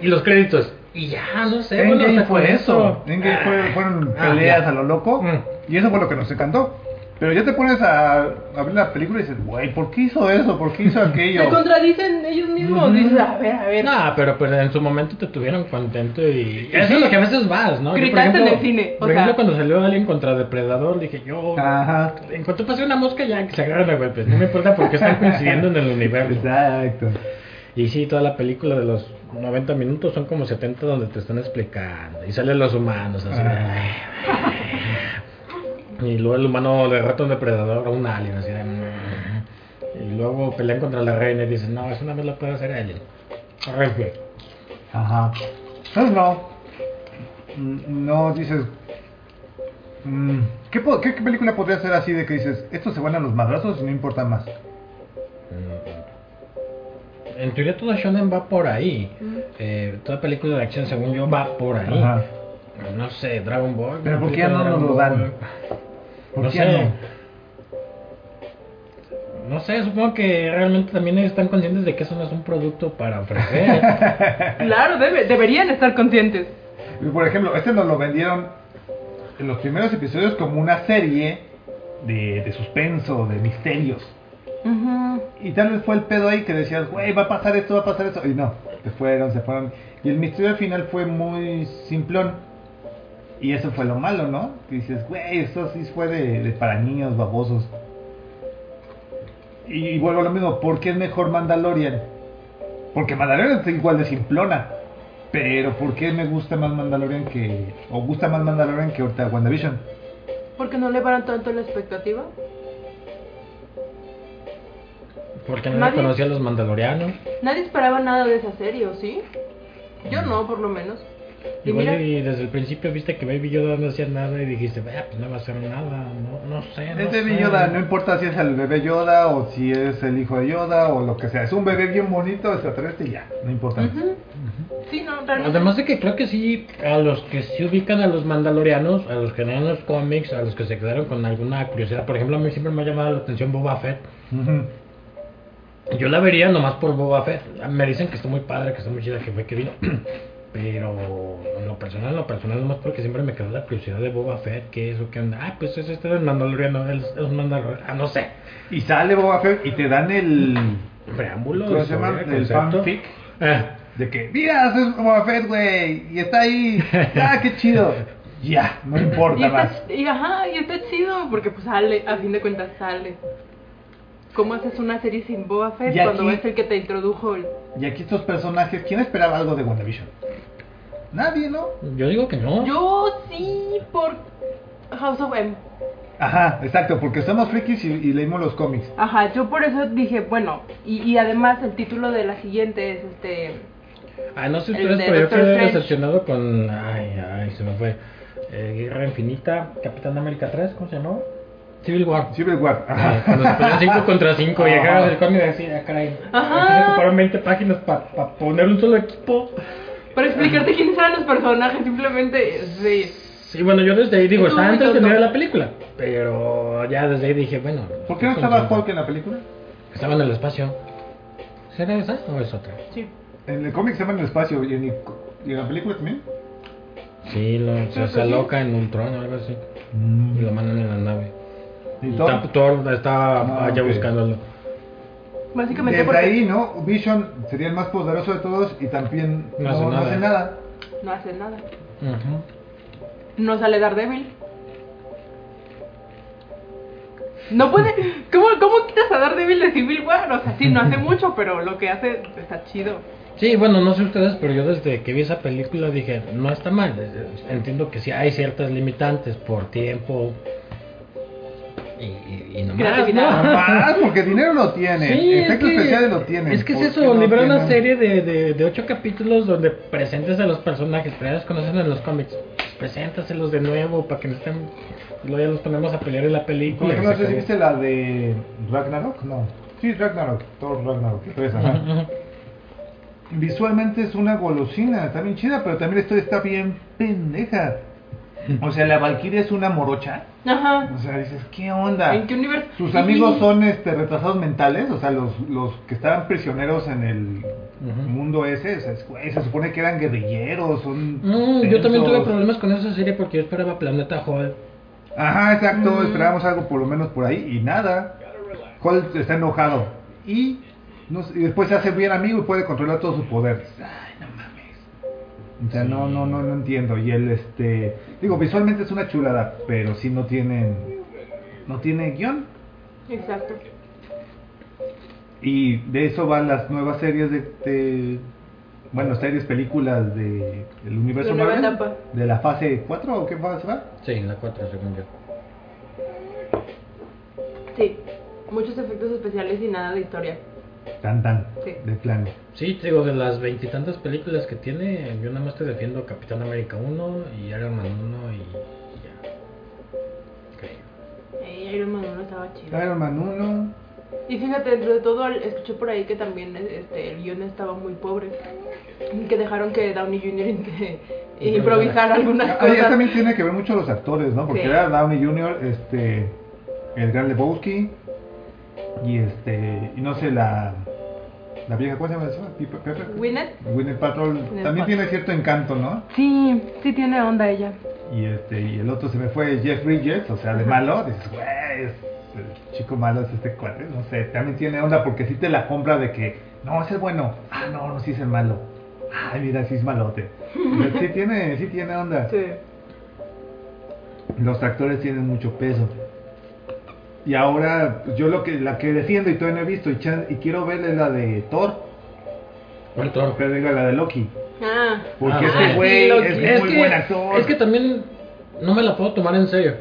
S2: y los créditos. Y ya, no sé, bueno,
S1: Endgame
S2: hasta con
S1: fue eso. Endgame
S2: Ah,
S1: fue- fueron
S2: ah,
S1: peleas
S2: ya.
S1: a lo loco.
S2: Mm.
S1: Y eso fue lo que nos encantó. Pero ya te pones a, a ver la película y dices, güey, ¿por qué hizo eso? ¿Por qué hizo aquello?
S3: Se contradicen ellos mismos.
S1: Ujú.
S3: Dices, a ver, a ver.
S2: No, pero pues en su momento te tuvieron contento y
S1: Sí.
S2: eso es lo que a veces vas, ¿no? Yo, por
S3: Gritaste en el cine, o
S2: Por ejemplo,
S3: sea.
S2: cuando salió Alien contra Depredador, dije yo,
S1: Ajá.
S2: en cuanto pase una mosca ya que se agarran a golpes, no me importa porque están coincidiendo en el universo.
S1: Exacto.
S2: Y sí, toda la película de los 90 minutos son como 70 donde te están explicando. Y salen los humanos así.
S1: Ah.
S2: Y luego el humano le rata a un depredador a un alien así. de, mm. Y luego pelean contra la reina y dicen, no, eso una vez la puede hacer alien. Arreglo.
S1: Ajá. Entonces no. Mm, No dices. mm, ¿Qué, po- qué- qué película podría ser así de que dices, estos se van a los madrazos y no importa más?
S2: Mm. En teoría todo shonen va por ahí. Eh, toda película de acción, según yo, va por ahí.
S1: Ajá.
S2: No sé, Dragon Ball.
S1: Pero
S2: una
S1: ¿por qué no
S2: película de
S1: nos
S2: Dragon
S1: lo dan?
S2: Ball.
S1: ¿Por
S2: no
S1: qué
S2: sé.
S1: no?
S2: No sé, supongo que realmente también están conscientes de que eso no es un producto para ofrecer.
S3: Claro, debe- deberían estar conscientes.
S1: Y, Por ejemplo, este nos lo vendieron en los primeros episodios como una serie de, de suspenso, de misterios. Y tal vez fue el pedo ahí que decías, güey, va a pasar esto, va a pasar esto. Y no, se fueron, se fueron. Y el misterio al final fue muy simplón. Y eso fue lo malo, ¿no? Que dices, güey, esto sí fue de, de para niños babosos. Y, y vuelvo a lo mismo, ¿por qué es mejor Mandalorian? Porque Mandalorian es igual de simplona. Pero ¿por qué me gusta más Mandalorian que... o gusta más Mandalorian que ahorita WandaVision?
S3: Porque no elevaron tanto la expectativa.
S2: Porque no
S3: Nadie-
S2: conocía a los mandalorianos.
S3: Nadie esperaba nada de esa serie, ¿o sí? Yo no, por lo menos. Y
S2: Igual
S3: mira,
S2: y desde el principio viste que Baby Yoda no hacía nada y dijiste, "Ah, pues no va a hacer nada, no, no sé. No
S1: Es bebé
S2: sé".
S1: Yoda, no importa si es el bebé Yoda o si es el hijo de Yoda o lo que sea. Es un bebé bien bonito, extraterrestre y ya, no importa.
S3: ujú. Sí, no, realmente.
S2: Además de que creo que sí, a los que sí ubican a los mandalorianos, a los que leen los cómics, a los que se quedaron con alguna curiosidad, por ejemplo, a mí siempre me ha llamado la atención Boba Fett.
S1: Ujú.
S2: Yo la vería nomás por Boba Fett. Me dicen que está muy padre, que está muy chida, que fue que vino. Pero en lo personal, en lo personal, nomás porque siempre me quedó la curiosidad de Boba Fett, que es o qué onda. Ah, pues es este del mandaloriano, él es un mandaloriano. Ah, no sé.
S1: Y sale Boba Fett y te dan el...
S2: Preámbulo.
S1: ¿Cómo
S2: de
S1: se llama?
S2: historia,
S1: El
S2: ¿eh? concepto.
S1: fanfic.
S2: Ah,
S1: De que, mira, eso es Boba Fett, güey, y está ahí. Ah, qué chido. Ya, no
S3: Y pues,
S1: importa más.
S3: está, y, ajá, y está chido, porque pues sale, a fin de cuentas sale. ¿Cómo haces una serie sin Boba Fett
S1: Y aquí-
S3: cuando es el que te introdujo? el-
S1: Y aquí estos personajes, ¿quién esperaba algo de WandaVision? Nadie, ¿no?
S2: yo digo que no.
S3: Yo sí, por House of M.
S1: Ajá, exacto, porque somos frikis y, y leímos los cómics.
S3: Ajá, yo por eso dije, bueno, y, y además el título de la siguiente es este...
S2: Ah, no sé
S3: El
S2: ustedes,
S3: de
S2: pero yo
S3: Doctor
S2: quedé
S3: Strange.
S2: decepcionado con. Ay, ay, se me fue. Eh, Guerra Infinita, Capitán América 3, ¿cómo se llamó? Civil War.
S1: Civil War.
S2: Eh,
S1: Ajá.
S2: Cuando se ponían 5 contra 5 y
S1: Ajá.
S2: acabas el cómic así, ah, caray.
S3: Ajá.
S2: Aquí se ocuparon 20 páginas para poner un solo equipo.
S3: Para explicarte quiénes eran los personajes, simplemente... Sí.
S2: Sí, bueno, yo desde ahí digo,
S3: Estuvo
S2: está
S3: muy
S2: entretenida
S3: tonto.
S2: la película. Pero ya desde ahí dije, bueno.
S1: ¿Por qué no
S2: estoy
S1: estaba
S2: contento.
S1: Hulk en la película?
S2: Estaba en el espacio. ¿Será esa o es otra?
S3: sí.
S1: En el cómic se llama en el espacio y en, el co- y en la película también.
S2: Sí, lo, se,
S1: pues
S3: Creo que
S2: se
S3: sí.
S2: aloca en un trono o algo así. Y lo mandan en Mm, la nave.
S1: Y
S2: Y
S1: todo- pues,
S2: Thor, Thor está
S1: Ah,
S2: allá
S1: ok.
S2: buscándolo.
S3: Básicamente
S1: Desde
S3: porque
S1: ahí, ¿no? Vision sería el más poderoso de todos y también
S2: No hace nada.
S3: no hace nada.
S2: Ujú.
S3: No sale Daredevil. No puede. ¿Cómo, cómo quitas a Daredevil de Civil War? O sea, sí, no hace mucho, pero lo que hace está chido.
S2: Sí, bueno, no sé ustedes, pero yo desde que vi esa película dije, no está mal. Entiendo que sí hay ciertas limitantes por tiempo y, y, y no más,
S3: Creatividad.
S2: ¿no?
S1: Más, porque dinero lo tiene,
S2: Sí, es
S1: efectos
S2: que-
S1: especiales lo tiene.
S2: Es que es
S1: ¿Por
S2: eso,
S1: qué no
S2: librar una
S1: tienen?
S2: serie de, de, de ocho capítulos donde presentes a los personajes, pero ya los conocen en los cómics. pues Preséntaselos de nuevo para que no estén. y Luego ya los ponemos a pelear en la
S1: Por
S2: película. y
S1: ejemplo, no
S2: se
S1: sé si
S2: acabó.
S1: viste la de Ragnarok, no. Sí, Ragnarok, Thor Ragnarok, tres, ajá.
S2: Ujú, ujú.
S1: Visualmente es una golosina, está bien chida, pero también la historia está bien pendeja. O sea, la Valkyria es una morocha.
S3: Ajá.
S1: O sea, dices, ¿qué onda?
S3: ¿En qué universo?
S1: Ah, Sus
S3: Sí.
S1: amigos son este, retrasados mentales, o sea, los, los que estaban prisioneros en el
S2: Ujú.
S1: mundo ese, o sea, es- güey, se supone que eran guerrilleros, son...
S2: Mm, yo también tuve
S1: tensos.
S2: problemas con esa serie porque yo esperaba Planeta Hall.
S1: Ajá, exacto,
S3: Mm.
S1: esperábamos algo por lo menos por ahí y nada. Holt está enojado y, no sé, y después se hace bien amigo y puede controlar todo su poder. Ay, no mames. O sea, no, no, no, no entiendo. Y él, este, digo, visualmente es una chulada, pero sí no tienen, no tiene guión.
S3: Exacto.
S1: Y de eso van las nuevas series de, de- bueno, series, películas de, del universo
S3: La nueva
S1: Marvel.
S3: etapa.
S1: De la fase 4 o qué fase va?
S2: Sí, en la 4, según yo.
S3: Sí. Muchos efectos especiales y nada de historia.
S1: Tan tan,
S3: Sí.
S1: de plano.
S2: Sí, te digo, de las veintitantas películas que tiene, yo nada más te defiendo Capitán América 1 y Iron Man 1 y, y ya. Creo.
S3: Eh, Iron Man uno estaba chido.
S1: Iron Man 1.
S3: Y fíjate, dentro de todo, el- escuché por ahí que también este, el guion estaba muy pobre. Y que dejaron que Downey Jr. inte- improvisara algunas
S1: Ah, ya
S3: cosas.
S1: también tiene que ver mucho los actores, ¿no? Porque
S3: Sí.
S1: era Downey Jr., este, el gran Lebowski, y este, y no sé, la, la vieja, ¿cómo se llama eso? Pipe- Pepe.
S3: Winnet.
S1: Gwyneth Paltrow
S3: Gwyneth
S1: también
S3: Paltrow.
S1: tiene cierto encanto, ¿no?
S3: Sí, sí tiene onda ella.
S1: Y este, y el otro se me fue Jeff Bridges, o sea, de malo, dices, güey, es- el chico malo es este cuate, no sé, también tiene onda porque si te la compra de que, no, ese es bueno, ah, no, no, sí Ah. es el malo, ay, mira, sí es malote, sí tiene, sí tiene onda.
S3: Sí.
S1: Los tractores tienen mucho peso. Y ahora, pues, yo lo que la que defiendo y todavía no he visto y, chan- y quiero ver es la de Thor,
S2: ¿Cuál toro?
S1: pero diga la de Loki.
S3: Ah,
S1: Porque
S2: Ah,
S1: este
S2: sí,
S1: güey
S3: Loki.
S1: es, muy
S2: que,
S1: buen actor.
S2: es que también no me la puedo tomar en serio.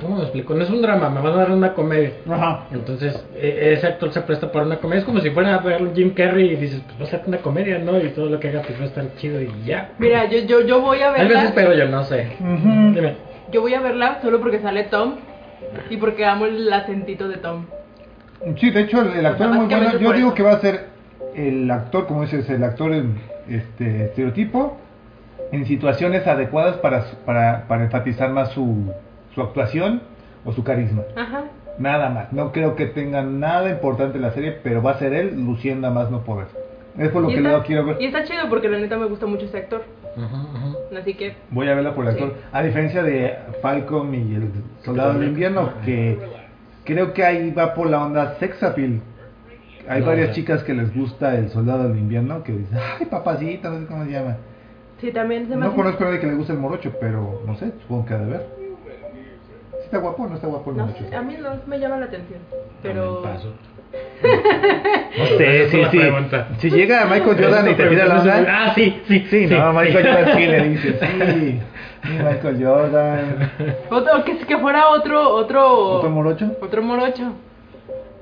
S2: ¿Cómo me explico? No es un drama, me van a dar una comedia.
S1: Ajá.
S2: Entonces, e- ese actor se presta para una comedia. Es como si fuera a ver Jim Carrey y dices, pues va a ser una comedia, ¿no? Y todo lo que haga pues va a estar chido y ya.
S3: mira, yo, yo, yo voy a
S2: Tal vez
S3: verla.
S2: espero yo, no sé.
S1: Ujú.
S2: Dime.
S3: Yo voy a verla solo porque sale Tom y porque amo el acentito de Tom.
S1: Sí, de hecho, el, el actor es muy
S3: Básicamente
S1: bueno. Yo
S3: por
S1: digo
S3: eso.
S1: que va a ser el actor, como dices, el actor en este estereotipo en situaciones adecuadas para, su- para, para enfatizar más su, su actuación o su carisma.
S3: Ajá.
S1: Nada más. No creo que tenga nada importante la serie, pero va a ser él luciendo a más no poder. Es por lo
S3: Y
S1: que
S3: está-
S1: luego quiero
S3: Y
S1: ver.
S3: está chido porque la neta me gusta mucho ese actor.
S2: Ujú, ujú.
S3: Así que
S1: Voy a verla por el actor.
S3: Sí.
S1: A diferencia de Falcon y el Soldado del Invierno, que creo que ahí va por la onda sex appeal. Hay
S2: No,
S1: varias
S2: ya.
S1: chicas que les gusta el Soldado del Invierno que dicen, ay papacita, no sé cómo se llama.
S3: sí, también se me
S1: No
S3: hace-
S1: conozco a nadie que le guste el morocho, pero no sé, supongo que ha de ver. ¿Sí está guapo o no está guapo el
S3: No
S1: morocho?
S3: sé, a mí no me llama la atención. Pero.
S2: También paso.
S1: No
S2: Esa es la pregunta.
S1: Si llega Michael Jordan y Pues te mira la onda.
S2: Ah, sí, sí,
S1: Sí, no, Michael
S2: sí.
S1: Jordan sí le dice, sí, sí, Michael Jordan.
S3: Otro, que, que fuera otro, otro.
S1: ¿Otro morocho?
S3: otro morocho.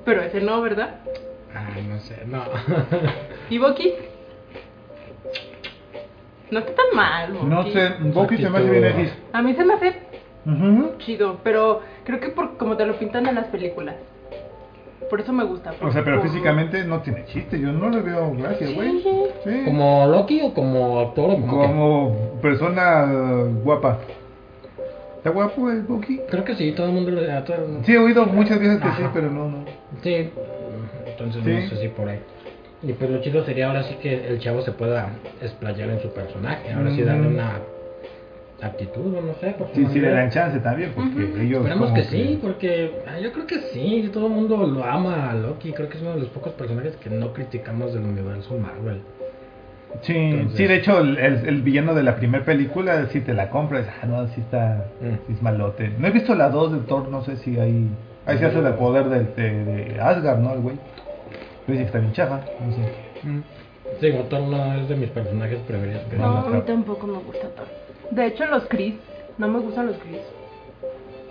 S3: Pero ese no, ¿verdad?
S2: Ay, no sé, no.
S3: ¿Y Boki? No está tan mal, Boki.
S1: No sé, Boki se me hace
S2: Actitud.
S1: bien X.
S3: A mí se me hace
S1: Ujú.
S3: chido, pero creo que por como te lo pintan en las películas. Por eso me gusta.
S1: O sea, pero
S3: por-
S1: físicamente no tiene chiste, yo no le veo gracia, güey. Sí.
S2: ¿Como Loki o como actor? o como qué?
S1: Como persona guapa. ¿Está guapo el Boki?
S2: Creo que sí, todo el mundo lo a todo el mundo-
S1: Sí, he oído muchas veces que sí,
S2: Ajá.
S1: pero no, no.
S2: Sí, entonces
S1: Sí.
S2: no sé si por ahí. Y pues lo chido sería ahora sí que el chavo se pueda explayar en su personaje, ahora sí darle
S1: Ujú.
S2: una actitud, o no sé. por
S1: Sí,
S2: su
S1: sí le
S2: manera.
S1: dan chance también, porque
S3: Ujú.
S1: ellos.
S2: Esperemos
S1: como
S2: que sí, porque ah, yo creo que sí, todo el mundo lo ama a Loki, creo que es uno de los pocos personajes que no criticamos del universo Marvel.
S1: Sí,
S2: Entonces-
S1: sí, de hecho, el, el- el villano de la primera película, si te la compras, ah, no, sí está,
S2: Mm.
S1: sí es malote. No he visto la 2 de Thor, no sé si ahí, ahí se hace del poder del- de, de Asgard, ¿no? El güey. Dice que está bien chafa, no sé.
S2: Eh. Sí, Gotor no es de mis personajes preferidos. pero-
S3: No,
S1: No,
S3: a mí
S1: claro.
S3: tampoco me gusta Thor. De hecho, los Chris, no me gustan los Chris.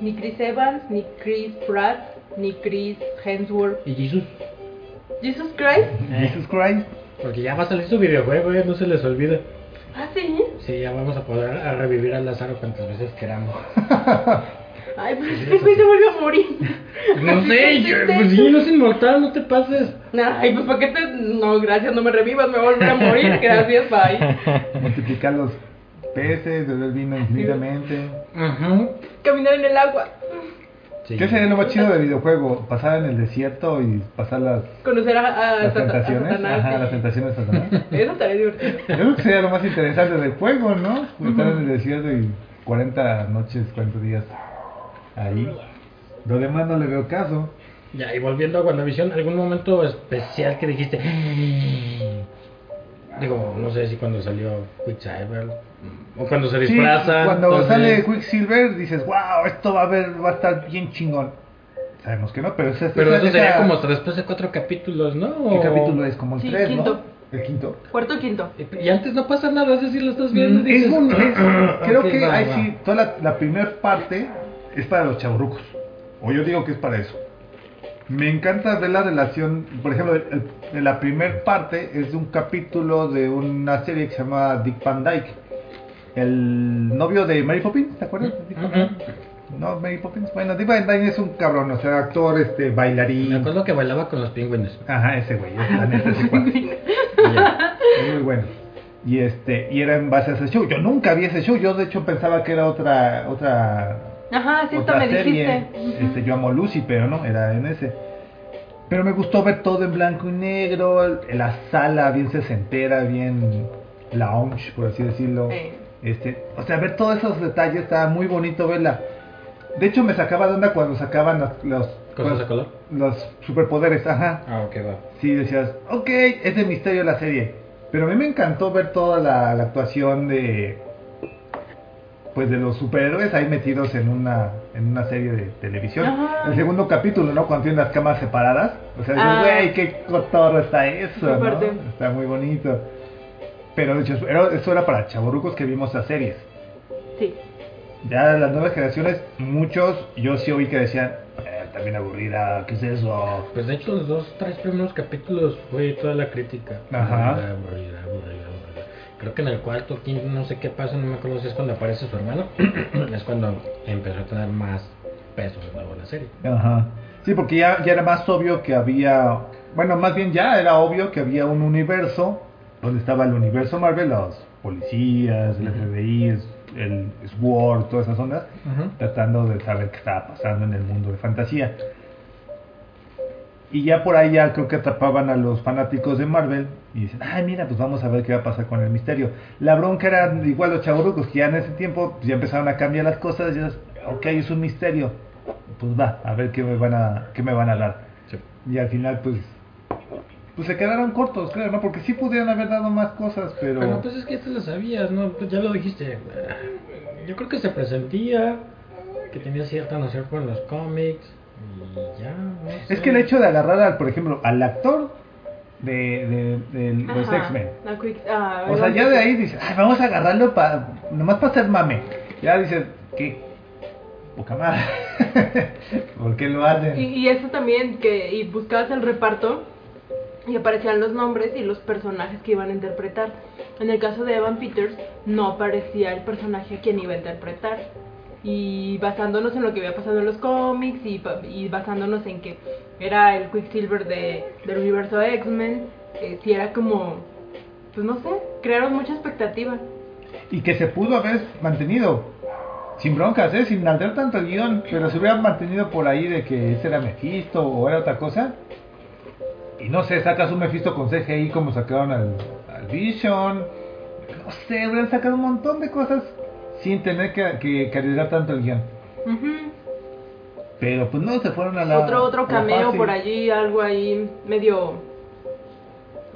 S3: Ni Chris Evans, ni Chris Pratt, ni Chris Hemsworth.
S2: Y Jesus,
S3: Jesus Christ.
S2: Eh.
S1: Jesus Christ.
S2: porque ya va a salir su videojuego, eh, no se les olvida.
S3: Ah, sí.
S2: Sí, ya vamos a poder a revivir a Lázaro cuantas veces queramos.
S3: Ay, pues este güey se vuelve a morir.
S2: No sé, yo, pues sí, no es inmortal, no te pases.
S3: Ay, pues ¿para qué te.? No, gracias, no me revivas, me voy a volver a morir. Gracias, bye.
S1: Multiplicar los peces, beber vino infinitamente.
S2: Ajá.
S3: Caminar en el agua.
S2: Sí.
S1: ¿Qué sería lo más chido del videojuego? Pasar en el desierto y pasar las,
S3: Conocer a, a,
S1: las
S3: Sata- a
S1: tentaciones.
S3: Satanás.
S1: Ajá,
S3: sí.
S1: las tentaciones de Satanás.
S3: Eso estaría divertido.
S1: Yo creo que sería lo más interesante del juego, ¿no? Estar en el desierto y 40 noches, 40 días ahí. Lo demás no le veo caso.
S2: Ya, y volviendo a WandaVision, ¿algún momento especial que dijiste? Digo, no sé si cuando salió Quicksilver mm, o cuando se
S1: Sí,
S2: disfraza.
S1: cuando sale Quicksilver dices, wow, esto va a, ver, va a estar bien chingón. Sabemos que no, pero esa
S2: Pero
S1: esa-
S2: eso sería
S1: esa-
S2: como hasta después de cuatro capítulos, ¿no?
S1: ¿Qué
S2: O-
S1: capítulo es? Como el
S3: Sí,
S1: 3,
S3: quinto.
S1: ¿no? El quinto.
S3: Cuarto quinto.
S2: Y- Y antes no pasa nada, es decir, lo estás viendo. y
S1: Mm,
S2: dices,
S1: es un- es-
S2: "Ah,
S1: creo
S2: ok,
S1: que
S2: va,
S1: ahí
S2: va".
S1: sí, toda la, primera parte es para los chaburrucos. O yo digo que es para eso. Me encanta ver la relación, por ejemplo, el- el- la primera parte es de un capítulo de una serie que se llama Dick Van Dyke. El novio de Mary Poppins, ¿te acuerdas? de Dick
S2: Mm,
S1: Van Dyke? No, Mary Poppins. Bueno, Dick Van Dyke es un cabrón, o sea, actor, este, bailarín.
S2: Me acuerdo que bailaba con los pingüinos.
S1: Ajá, ese güey, es la neta, ese cuate.
S2: Ya.
S1: Es muy bueno. Y este, y era en base a ese show. Yo nunca vi ese show, yo de hecho pensaba que era otra, otra,
S3: Ajá, Ah, sí, esto
S1: otra
S3: me
S1: serie.
S3: dijiste. Ujú.
S1: Este, yo amo Lucy, pero no, era en ese. Pero me gustó ver todo en blanco y negro, el- la sala bien sesentera, bien lounge, por así decirlo.
S3: Eh.
S1: Este, o sea, ver todos esos detalles estaba muy bonito verla. De hecho, me sacaba de onda cuando sacaban los, los,
S2: ¿Cosas de
S1: los-
S2: color?
S1: los superpoderes, ajá.
S2: Ah, ok, va.
S1: Sí, decías, ok, es de misterio la serie. Pero a mí me encantó ver toda la, la actuación de. pues de los superhéroes ahí metidos en una en una serie de televisión.
S3: Ajá.
S1: El segundo capítulo, ¿no? Cuando tienen las camas separadas. O sea, dices,
S3: Ah.
S1: güey, qué cotorro está
S3: Sí,
S1: eso, ¿no?
S3: aparte.
S1: Está muy bonito. Pero de hecho, era- eso era para chavorrucos que vimos las series.
S3: Sí.
S1: Ya las nuevas generaciones, muchos, yo sí oí que decían, "Eh, también aburrida, ¿qué es eso?
S2: Pues de hecho los dos, tres primeros capítulos fue toda la crítica.
S1: Ajá.
S2: Aburrida, aburrida, aburrida, aburrida. Creo que en el cuarto, quinto, no sé qué pasa, no me acuerdo si es cuando aparece su hermano. es cuando empezó a tener más peso de nuevo la serie.
S1: Ajá. Sí, porque ya, ya era más obvio que había, bueno, más bien ya era obvio que había un universo donde estaba el universo Marvel, los policías, el
S2: Ujú.
S1: FBI, es- el SWORD, todas esas ondas, tratando de saber qué estaba pasando en el mundo de fantasía. Y ya por ahí ya creo que atrapaban a los fanáticos de Marvel y dicen, ay mira, pues vamos a ver qué va a pasar con el misterio. La bronca era igual los chavorrucos que ya en ese tiempo pues, ya empezaron a cambiar las cosas, ya, es, ok, es un misterio, pues va, a ver qué me van a, qué me van a dar.
S2: Sí.
S1: Y al final pues, pues se quedaron cortos, creo, ¿no? Porque sí pudieron haber dado más cosas, pero...
S2: Bueno, pues es que esto lo sabías, ¿no? Pues ya lo dijiste. Yo creo que se presentía, que tenía cierta noción con los cómics y ya. no
S1: Es
S2: sé.
S1: que el hecho de agarrar, al, por ejemplo, al actor de, de, de los
S3: Ajá.
S1: X-Men,
S3: La Quick- ah,
S1: O sea,
S3: la-
S1: ya de ahí dices, ay, vamos a agarrarlo para, nomás para hacer mame. Ya dices, qué poca madre. ¿Por qué lo
S3: Y,
S1: hacen?
S3: y eso también, que y buscabas el reparto y aparecían los nombres y los personajes que iban a interpretar. En el caso de Evan Peters, no aparecía el personaje a quien iba a interpretar. Y basándonos en lo que había pasado en los cómics y, pa- y basándonos en que era el Quicksilver de, del universo X-Men, eh, si era como, pues no sé, crearon mucha expectativa.
S1: Y que se pudo haber mantenido. Sin broncas, ¿eh? Sin alterar tanto el guión. Pero se hubiera mantenido por ahí de que ese era Mephisto o era otra cosa. Y no sé, sacas un Mephisto con CGI como sacaron al, al Vision. No sé, hubieran sacado un montón de cosas sin tener que, que, que arriesgar tanto el guión.
S3: Ujú.
S1: Pero pues no, se fueron a la.
S3: otro
S1: a
S3: otro
S1: la
S3: cameo
S1: fácil.
S3: por allí, algo ahí medio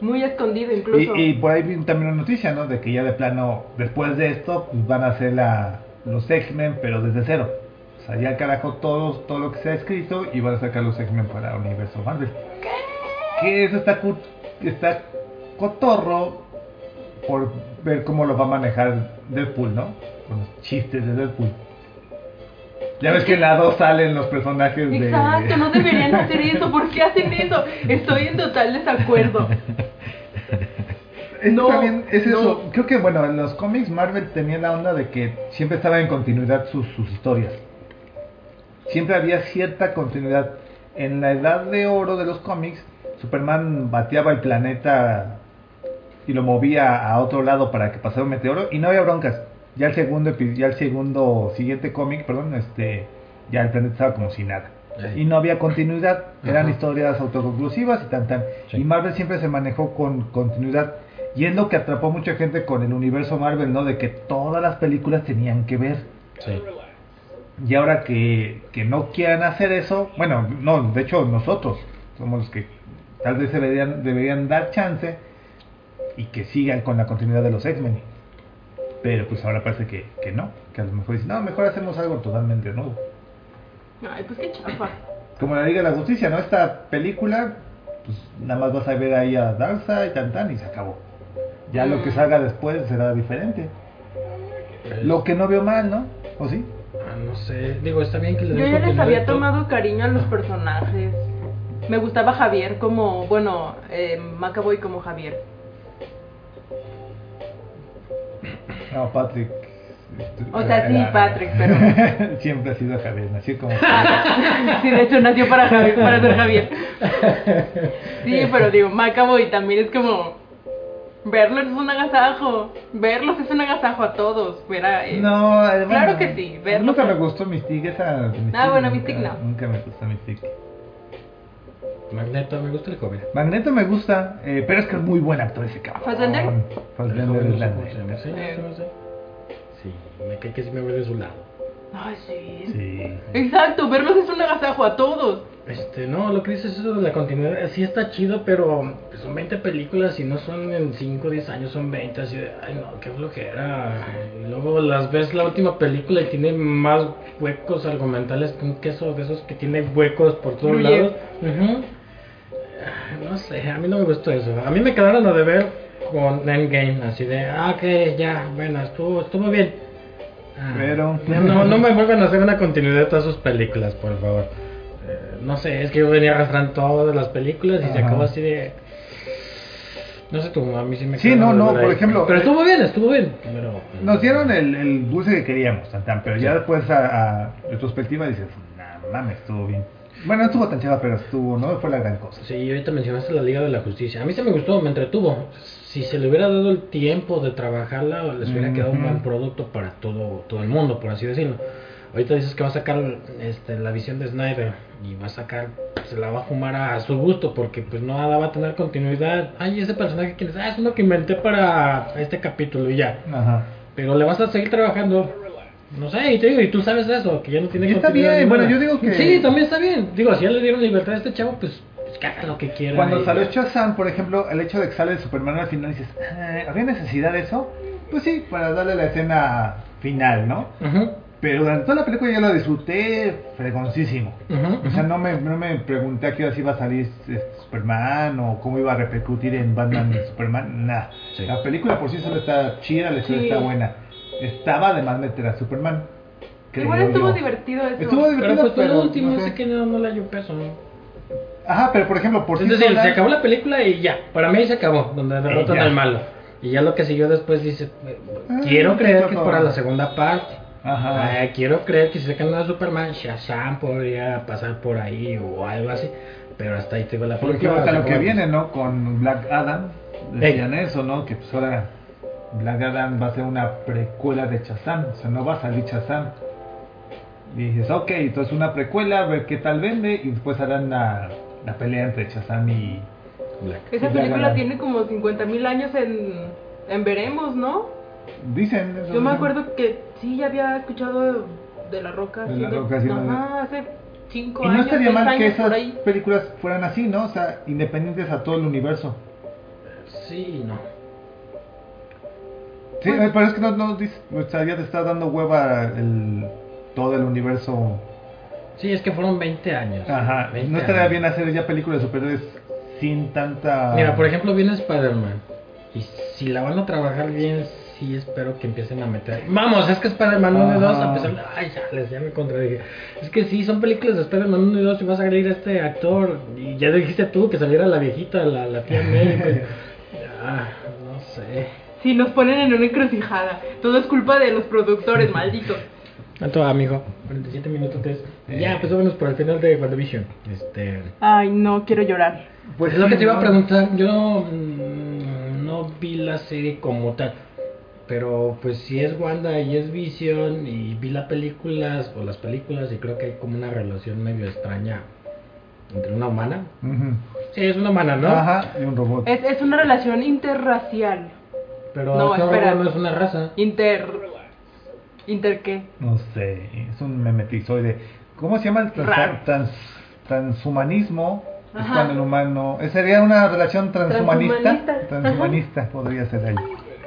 S3: muy escondido incluso.
S1: Y, y por ahí vi también una noticia, ¿no? De que ya de plano, después de esto, pues van a hacer la, los X-Men, pero desde cero. O sea, ya carajo todo, todo lo que se ha escrito y van a sacar los X-Men para Universo Marvel. Que eso está, cu- está cotorro por ver cómo lo va a manejar Deadpool, ¿no? Con los chistes de Deadpool. Ya ves que en la 2 salen los personajes de...
S3: Exacto, no deberían hacer eso, ¿por qué hacen eso? Estoy en total desacuerdo.
S1: Es,
S3: No,
S1: también, es
S3: no.
S1: eso. Creo que, bueno, en los cómics Marvel tenía la onda de que siempre estaba en continuidad sus, sus historias. Siempre había cierta continuidad. En la edad de oro de los cómics, Superman bateaba el planeta y lo movía a otro lado para que pasara un meteoro y no había broncas. Ya el segundo, epi- ya el segundo siguiente cómic, perdón, este, ya el planeta estaba como si nada.
S2: Ey.
S1: Y no había continuidad, eran
S2: Ajá.
S1: historias autoconclusivas y tan tan.
S2: Sí.
S1: Y Marvel siempre se manejó con continuidad. Y es lo que atrapó a mucha gente con el universo Marvel, ¿no? De que todas las películas tenían que ver.
S2: Sí.
S1: Y ahora que, que no quieran hacer eso, bueno, no, de hecho nosotros somos los que tal vez se deberían, deberían dar chance y que sigan con la continuidad de los X-Men. Pero pues ahora parece que, que no, que a lo mejor dicen, no, mejor hacemos algo totalmente nuevo.
S3: Ay, pues qué chafa.
S1: Como la Liga de la Justicia, ¿no? Esta película, pues nada más vas a ver ahí a Darza y tan tan y se acabó. Ya lo que salga después será diferente. Lo que no veo mal, ¿no? ¿O sí?
S2: Ah, no sé, digo, está bien que le
S3: Yo
S2: den
S3: ya les
S2: continuidad y
S3: había
S2: todo.
S3: tomado cariño a los personajes. Me gustaba Javier como, bueno, eh, Macaboy como Javier.
S1: No, Patrick.
S3: O sea, sí, Patrick,
S1: pero... Siempre ha sido Javier, nació como...
S3: Sí, de hecho nació para, Javier, para ser Javier. Sí, pero digo, Macaboy también es como. Verlos es un agasajo. Verlos es un agasajo a todos. Ver a- eh,
S1: No, eh, bueno,
S3: Claro que sí, verlo
S1: Nunca
S3: con-
S1: me gustó Mystique esa... Mystique
S3: Ah,
S1: nunca-
S3: bueno, Mystique no.
S1: Nunca me gustó Mystique.
S2: Magneto, me gusta el joven.
S1: Magneto me gusta, eh, pero es que es muy buen actor ese cabrón.
S3: ¿Fassbender?
S1: Fassbender
S2: El
S1: es
S2: joven,
S1: la
S2: no sé cómo se llama,
S1: neta.
S2: ¿sí? ¿Sí? ¿Sí? Sí, me cae que sí me voy de su lado.
S3: Ay, sí.
S1: Sí.
S3: Exacto, verlos es un agasajo a todos.
S2: Este, no, lo que dices eso de la continuidad, sí está chido, pero pues, son 20 películas y no son en 5 o 10 años, son 20, así de, ay no, qué flojera. Y luego las ves la última película y tiene más huecos argumentales que un queso de esos que tiene huecos por todos
S3: Oye.
S2: lados. Ujú. Ah, No sé, a mí no me gustó eso. A mí me quedaron a deber con Endgame, así de, ah, ok, ya, bueno, estuvo, estuvo bien. Ah,
S1: Pero-
S2: ya No, no me vuelvan a hacer una continuidad de todas sus películas, por favor. Eh, no sé, es que yo venía arrastrando todas las películas y se
S1: Ajá.
S2: acabó así de... No sé tú, a mí sí me
S1: Sí,
S2: quedó
S1: no,
S2: de
S1: no,
S2: ver ahí.
S1: por ejemplo- eh,
S2: Pero estuvo bien, estuvo bien. Pero...
S1: Nos dieron el, el dulce que queríamos, Tantán, pero ya
S2: Sí.
S1: después a, a retrospectiva dices, nah, mames, estuvo bien. Bueno, no estuvo tan chava, pero estuvo, no fue la gran cosa.
S2: Sí, ahorita mencionaste la Liga de la Justicia. A mí se me gustó, me entretuvo. Si se le hubiera dado el tiempo de trabajarla, les hubiera quedado un
S1: Ujú.
S2: buen producto para todo, todo el mundo, por así decirlo. Ahorita dices que va a sacar este, la visión de Snyder y va a sacar, se la va a fumar a, a su gusto porque pues no va a tener continuidad. Ay, ese personaje quién es, ah, es uno que inventé para este capítulo y ya.
S1: Ajá.
S2: Pero le vas a seguir trabajando. No sé, y te digo, y tú sabes eso, que ya no tiene
S1: Y está
S2: continuidad
S1: bien,
S2: ninguna.
S1: bueno, yo digo que-
S2: Sí, también está bien. Digo, si ya le dieron libertad a este chavo, pues, pues que haga lo que quiera.
S1: Cuando
S2: y
S1: salió
S2: ya.
S1: Shazam, por ejemplo, el hecho de que sale de Superman al final dices, "Ah, ¿había necesidad de eso? Pues sí, para darle la escena final, ¿no?
S2: Ujú,
S1: Pero durante toda la película yo la disfruté fregoncísimo.
S2: ujú,
S1: O sea,
S2: ujú.
S1: no me, no me pregunté a qué hora se iba a salir este, Superman o cómo iba a repercutir en Batman y Superman, nada.
S2: Sí.
S1: La película por sí solo está chida, la historia
S3: Sí.
S1: está buena. Estaba además meter a Superman. creo
S3: Igual estuvo
S1: yo.
S3: divertido eso.
S1: Estuvo
S2: Pero
S1: divertido,
S2: pues fue
S1: pero,
S2: la última,
S1: no
S2: ese
S1: sé.
S2: que no, no le halló peso, ¿no?
S1: Ajá, pero por ejemplo, por sí
S2: es decir,
S1: sola-
S2: se acabó la película y ya. Para mí ahí se acabó, donde derrotan
S1: ya.
S2: al malo. Y ya lo que siguió después dice, eh,
S1: Ah,
S2: quiero creer
S1: por
S2: que es
S1: favor.
S2: para la segunda parte.
S1: Ajá.
S2: Ay, quiero creer que si sacan a Superman, Shazam podría pasar por ahí o algo así. Pero hasta ahí tengo la
S1: Porque
S2: película.
S1: hasta lo
S2: se
S1: que
S2: acabó.
S1: viene, ¿no? Con Black Adam, decían eso, ¿no? Que pues ahora Black Adam va a ser una precuela de Shazam, o sea, no va a salir Shazam. Y dices, ok, entonces una precuela, a ver qué tal vende, y después harán la, la pelea entre Shazam y...
S2: Black.
S3: Esa
S1: Ya
S3: película
S1: ganaron.
S3: tiene como 50 mil años en, en Veremos, ¿no?
S1: Dicen... eso,
S3: Yo me
S1: ¿no?
S3: acuerdo que sí, ya había escuchado de La Roca.
S1: De La
S3: haciendo-
S1: Roca haciendo-
S3: Ajá, hace 5
S1: Y
S3: años.
S1: no estaría
S3: seis
S1: mal que
S3: años, por
S1: esas
S3: ahí.
S1: películas fueran así, ¿no? O sea, independientes a todo el universo.
S2: Sí, no.
S1: Sí,
S3: Pues
S1: eh, pero es que no, no, dis- o sea, ya te está dando hueva el, todo el universo
S2: Sí, es que fueron 20 años.
S1: Ajá,
S2: 20
S1: no estaría
S2: años.
S1: bien hacer ya películas de superhéroes sin tanta...
S2: Mira, por ejemplo, viene Spider-Man. Y si la van a trabajar bien, sí espero que empiecen a meter. Vamos, es que Spider-Man 1 y 2,
S1: Ajá.
S2: a pesar de. Ay, ya, les, ya me contradije. Es que sí, son películas de Spider-Man 1 y 2 y vas a salir este actor. Y ya dijiste tú que saliera la viejita, la, la tía May. pues, ah, no sé.
S3: Sí, nos ponen en una encrucijada. Todo es culpa de los productores, malditos.
S2: ¿Cuánto, amigo? 47 minutos tres. Ya, pues vámonos por el final de WandaVision. Este.
S3: Ay, no, quiero llorar.
S2: Pues es lo que te iba a
S1: ¿no?
S2: preguntar. Yo mm, no vi la serie como tal. Pero pues si es Wanda y es Vision y vi las películas o las películas y creo que hay como una relación medio extraña entre una humana.
S1: Ujú.
S2: Sí, es una humana, ¿no?
S1: Ajá, y un robot.
S3: Es, es una relación interracial.
S2: Pero
S3: No,
S2: ese
S3: espera.
S2: robot no es una raza.
S3: Inter. ¿Inter qué?
S1: No sé, es un memetizoide. ¿Cómo se llama el transa-
S3: Raro.
S1: trans- transhumanismo? Es
S3: Ajá.
S1: cuando el humano... eh, Sería una relación transhumanista.
S3: Transhumanista.
S1: Transhumanista podría ser ahí.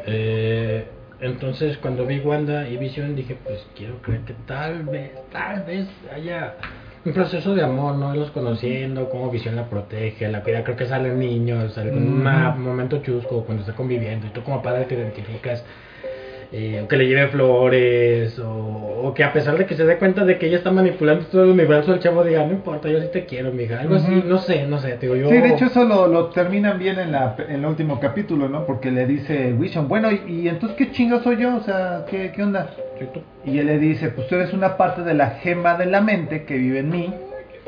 S2: Eh, entonces cuando vi Wanda y Vision dije pues quiero creer que tal vez, tal vez haya un proceso de amor, ¿no? Los conociendo, cómo Vision la protege, la cuida, creo que salen niños, algún ma-
S1: Ujú.
S2: momento chusco cuando está conviviendo y tú como padre te identificas. eh, o que le lleve flores, o, o que a pesar de que se dé cuenta de que ella está manipulando todo el universo, el chavo diga, no importa, yo sí te quiero, mija, algo así,
S1: Ujú.
S2: no sé, no sé, te digo yo.
S1: Sí, de hecho eso lo, lo terminan bien en, la, en el último capítulo, ¿no? Porque le dice Vision, bueno, ¿y, y entonces qué chingo soy yo? O sea, ¿qué, qué onda?
S2: Soy tu
S1: Y él le dice, pues tú eres una parte de la gema de la mente que vive en mí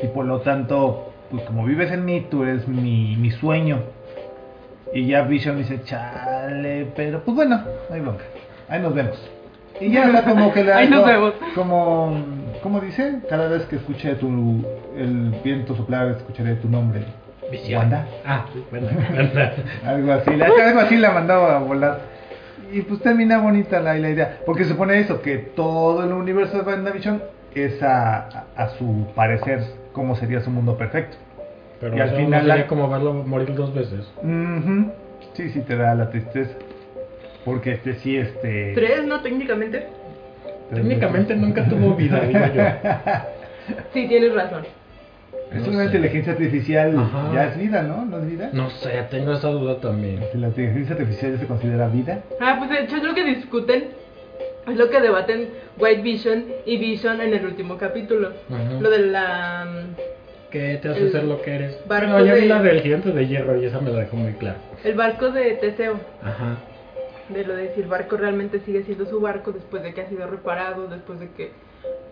S1: y por lo tanto, pues como vives en mí, tú eres mi, mi sueño. Y ya Vision dice, chale, pero pues bueno, no hay bronca, ahí nos vemos. Y ya la- como que la...
S3: Ahí nos
S1: co-
S3: vemos.
S1: Como, como dice, cada vez que escuche tu, el viento soplar, escucharé tu nombre.
S2: Vision.
S1: Wanda.
S2: Ah, sí, Wanda. Wanda.
S1: Algo así, la- algo así la mandaba a volar. Y pues termina bonita la, la idea. Porque se supone eso, que todo el universo de WandaVision es a, a- a su parecer cómo sería su mundo perfecto.
S2: Pero
S1: Y al
S2: al
S1: final
S2: final sería
S1: la-
S2: como verlo morir dos veces.
S1: Ujú. Sí, sí, te da la tristeza. Porque este sí, este...
S3: Tres, ¿no? Técnicamente.
S2: Técnicamente nunca tuvo vida, digo yo.
S3: Sí, tienes razón.
S1: Es
S2: No
S1: una
S2: sé.
S1: inteligencia artificial,
S2: Ajá.
S1: ya es vida, ¿no? ¿No es vida?
S2: No sé, tengo esa duda también.
S1: Si la inteligencia artificial ya se considera vida.
S3: Ah, pues de hecho es lo que discuten, es lo que debaten White Vision y Vision en el último capítulo.
S2: Ajá.
S3: Lo de la... mm,
S2: ¿Qué te hace
S3: El
S2: ser lo que eres?
S3: barco
S2: Bueno, yo vi
S3: de-
S2: la del gigante de hierro y esa me la dejó muy clara.
S3: El barco de Teseo.
S2: Ajá.
S3: De lo de si el barco realmente sigue siendo su barco después de que ha sido reparado, después de que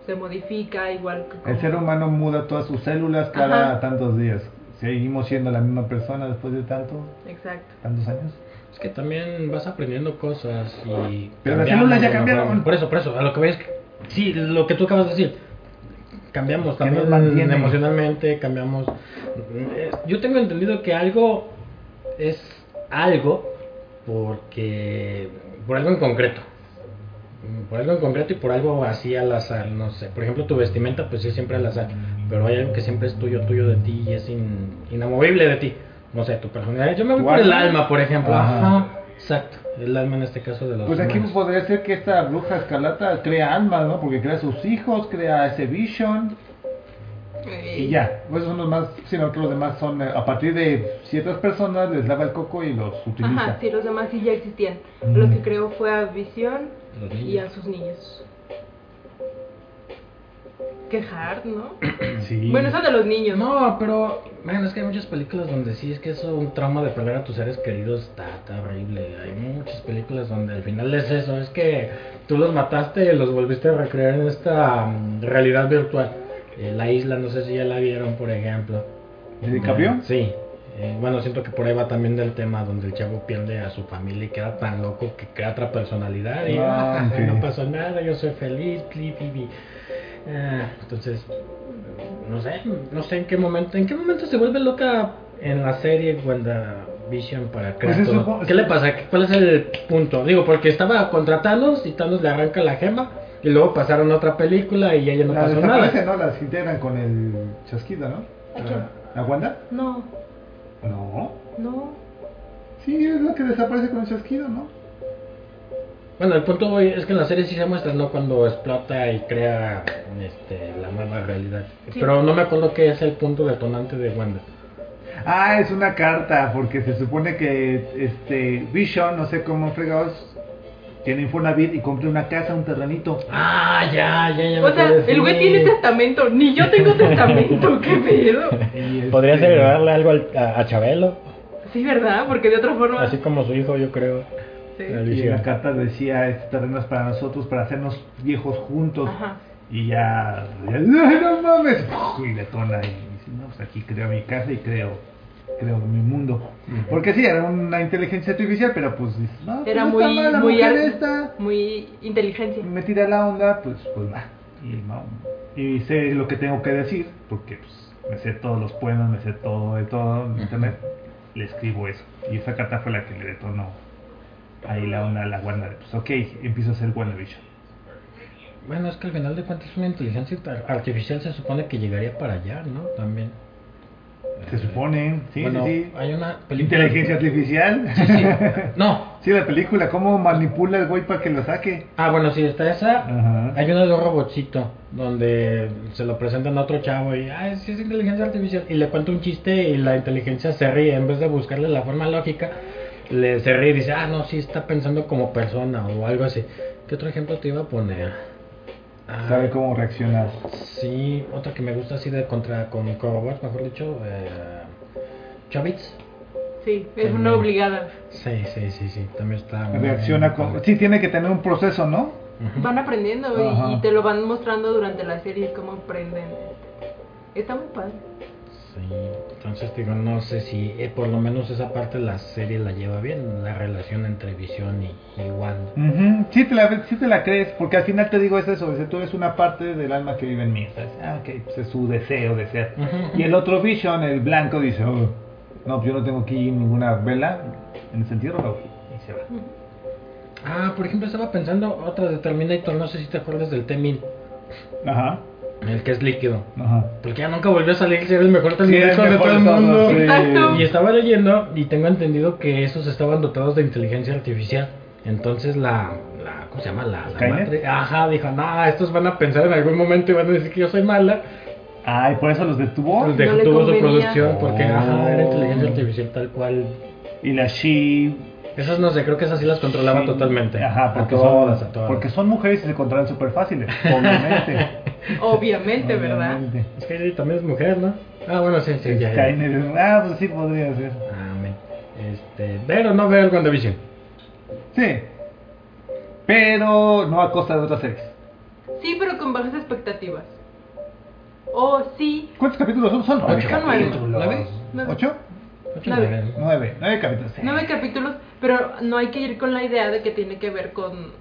S3: se modifica, igual que...
S1: El
S3: como-
S1: ser humano muda todas sus células cada
S3: Ajá.
S1: tantos días. Seguimos siendo la misma persona después de tanto,
S3: Exacto.
S1: tantos años.
S2: Es que también vas aprendiendo cosas y...
S1: Pero las
S2: cambiamos,
S1: células ya
S2: ¿no?
S1: cambiaron.
S2: Por eso, por eso, a lo que voy es que- Sí, lo que tú acabas de decir. Cambiamos
S1: ¿Qué nos
S2: también
S1: mantiene?
S2: emocionalmente, cambiamos... Eh, Yo tengo entendido que algo es algo porque... Por algo en concreto. Mm, Por algo en concreto y por algo así al azar, no sé. Por ejemplo, tu vestimenta, pues sí es siempre al azar. Pero hay algo que siempre es tuyo, tuyo de ti y es in- inamovible de ti. No sé, tu personalidad. Yo me voy
S1: Tu
S2: por el
S1: alma.
S2: alma, por ejemplo.
S1: Ajá.
S2: Ajá, exacto. El alma en este caso de los
S1: Pues aquí
S2: humanos.
S1: podría ser que esta bruja escarlata crea almas, ¿no? Porque crea sus hijos, crea ese vision y ya. Pues son los más, sino que los demás son, eh, a partir de ciertas personas les lava el coco y los utiliza.
S3: Eh, Ajá, sí, los demás sí ya existían.
S1: Mm.
S3: Lo que creó fue a Vision
S2: Los
S3: y a
S2: niños.
S3: sus niños. Qué hard, ¿no?
S1: Sí.
S3: Bueno, eso de los niños.
S2: No, pero, man, es que hay muchas películas donde sí, es que eso, un trauma de perder a tus seres queridos está terrible. Hay muchas películas donde al final es eso, es que tú los mataste y los volviste a recrear en esta mm, realidad virtual. Eh, la isla, no sé si ya la vieron, por ejemplo.
S1: ¿De DiCaprio?
S2: Sí. Eh, bueno, siento que por ahí va también del tema donde el chavo pierde a su familia y queda tan loco que crea otra personalidad y
S1: Ah,
S2: "Ah, no
S1: ok.
S2: pasó nada, yo soy feliz, pli, pli, pli". Ah, entonces, no sé, no sé en qué momento, en qué momento se vuelve loca en la serie WandaVision para crear
S1: Pues eso
S2: todo?
S1: fue-
S2: ¿Qué le pasa? ¿Cuál es el punto? Digo, porque estaba contra Thanos y Thanos le arranca la gema y luego pasaron a otra película y ella no
S1: Las
S2: pasó
S1: desaparecen,
S2: nada.
S1: ¿no? Las integran con el chasquido, ¿no?
S3: ¿A quién?
S1: ¿La Wanda?
S3: No,
S1: No.
S3: no.
S1: Sí, es la que desaparece con el chasquido, ¿no?
S2: Bueno, el punto hoy es que en la serie sí se muestra, ¿no? Cuando explota y crea este, la nueva realidad.
S3: Sí.
S2: Pero no me acuerdo qué es el punto detonante de Wanda.
S1: Ah, es una carta, porque se supone que este Vision, no sé cómo fregados, tiene Infonavit y compra una casa, un terrenito.
S2: Ah, ya, ya, ya. me
S3: O sea,
S2: acuerdo,
S3: el güey
S2: sí.
S3: tiene testamento, ni yo tengo testamento, qué pedo.
S1: Y, este,
S2: Podrías agregarle algo al- a, a Chabelo,
S3: Sí, ¿verdad? Porque de otra forma...
S2: así como su hijo, yo creo.
S3: Sí.
S2: la
S1: Y en
S2: Alicia.
S1: la carta decía, este terreno es para nosotros, para hacernos viejos juntos.
S3: Ajá.
S1: Y ya, ya, "Ay, no mames, y detona. Y dice, no, pues aquí creo mi casa y creo, creo mi mundo. Porque sí, era una inteligencia artificial, pero pues, dices, no, pues,
S3: Era
S1: no
S3: muy,
S1: está mal, la
S3: muy,
S1: mujer
S3: ar-
S1: esta.
S3: muy inteligencia.
S1: me tira la onda, pues, pues va. Y, va. y sé lo que tengo que decir, porque pues, me sé todos los poemas, me sé todo de todo en internet. Le escribo eso. Y esa carta fue la que le detonó ahí la onda a la guarda. de, Pues ok, empiezo a hacer WandaVision.
S2: Bueno, es que al final de cuentas una inteligencia ar- artificial se supone que llegaría para allá, ¿no? También. Eh,
S1: Se supone, sí,
S2: Bueno,
S1: sí, sí.
S2: hay una película...
S1: Inteligencia artificial. Sí,
S2: No.
S1: la película, cómo manipula el güey para que lo saque.
S2: Ah, bueno, sí, está esa.
S1: Ajá.
S2: Hay una de un robotcito donde se lo presentan a otro chavo y, ah, sí es inteligencia artificial. Y le cuenta un chiste y la inteligencia se ríe. En vez de buscarle la forma lógica, le se ríe y dice, ah, no, sí está pensando como persona o algo así. ¿Qué otro ejemplo te iba a poner? Ah,
S1: Sabe cómo reaccionar.
S2: Sí, otra que me gusta así de contra con Corobot, mejor dicho, eh, Chavits.
S3: Sí, es una obligada.
S2: Sí, sí, sí, sí, también está. muy
S1: Reacciona
S2: bien.
S1: con... Sí, tiene que tener un proceso, ¿no?
S2: Ujú.
S3: Van aprendiendo y-
S1: Ajá.
S3: y te lo van mostrando durante la serie cómo aprenden. Está muy padre.
S2: Sí, entonces digo, no sé si eh, por lo menos esa parte la serie la lleva bien, la relación entre Visión y, y Wanda.
S1: Ujú, Sí, te la, sí te la crees, porque al final te digo es eso, dice, tú eres una parte del alma que vive en mí. ¿sabes? Ah, ok, pues es su deseo de ser.
S2: Ujú.
S1: Y el otro Vision, el blanco, dice, "Oh, no, pues yo no tengo aquí ninguna vela en el sentido rojo. Y se va.
S2: Ah, por ejemplo, estaba pensando otra de Terminator. No sé si te acuerdas del T-1000,
S1: Ajá,
S2: el que es líquido.
S1: ajá.
S2: Porque ya nunca volvió a salir ser el mejor Terminator
S1: Sí,
S2: de
S1: mejor
S2: todo el
S1: todos,
S2: mundo.
S1: sí.
S3: Exacto.
S2: Y estaba leyendo y tengo entendido que esos estaban dotados de inteligencia artificial. Entonces la, la ¿cómo se llama? La, la
S1: ¿Skynet?
S2: madre- ajá, dijo, no, estos van a pensar en algún momento y van a decir que yo soy mala.
S1: Ay, por eso los detuvo.
S2: Pues dejó
S3: Oh, le
S2: tuvo su
S3: convenía.
S2: producción porque, ajá, era inteligencia
S1: Oh.
S2: artificial tal cual.
S1: Y la she.
S2: Esas no sé, creo que esas sí las controlaba
S1: she-
S2: totalmente.
S1: Ajá,
S2: A
S1: porque,
S2: todas,
S1: son,
S2: a todas.
S1: porque son mujeres y se controlan súper fáciles. Obviamente.
S3: Obviamente, ¿verdad?
S1: Obviamente.
S2: Es que ella también es mujer, ¿no? Ah, bueno, sí, sí, ya, ya.
S1: Skynet. Ah, pues sí podría ser.
S2: Ah, me- Este, pero no veo el WandaVision.
S1: Sí. Pero no a costa de otras series.
S3: Sí, pero con bajas expectativas. Oh, sí.
S1: ¿Cuántos capítulos son? Son nueve
S2: Ocho.
S1: capítulos.
S2: ¿Nueve?
S3: Nueve.
S1: ¿Ocho?
S2: Ocho,
S3: Nueve.
S2: nueve.
S1: Nueve. Nueve capítulos. sí.
S3: Nueve capítulos, pero no hay que ir con la idea de que tiene que ver con,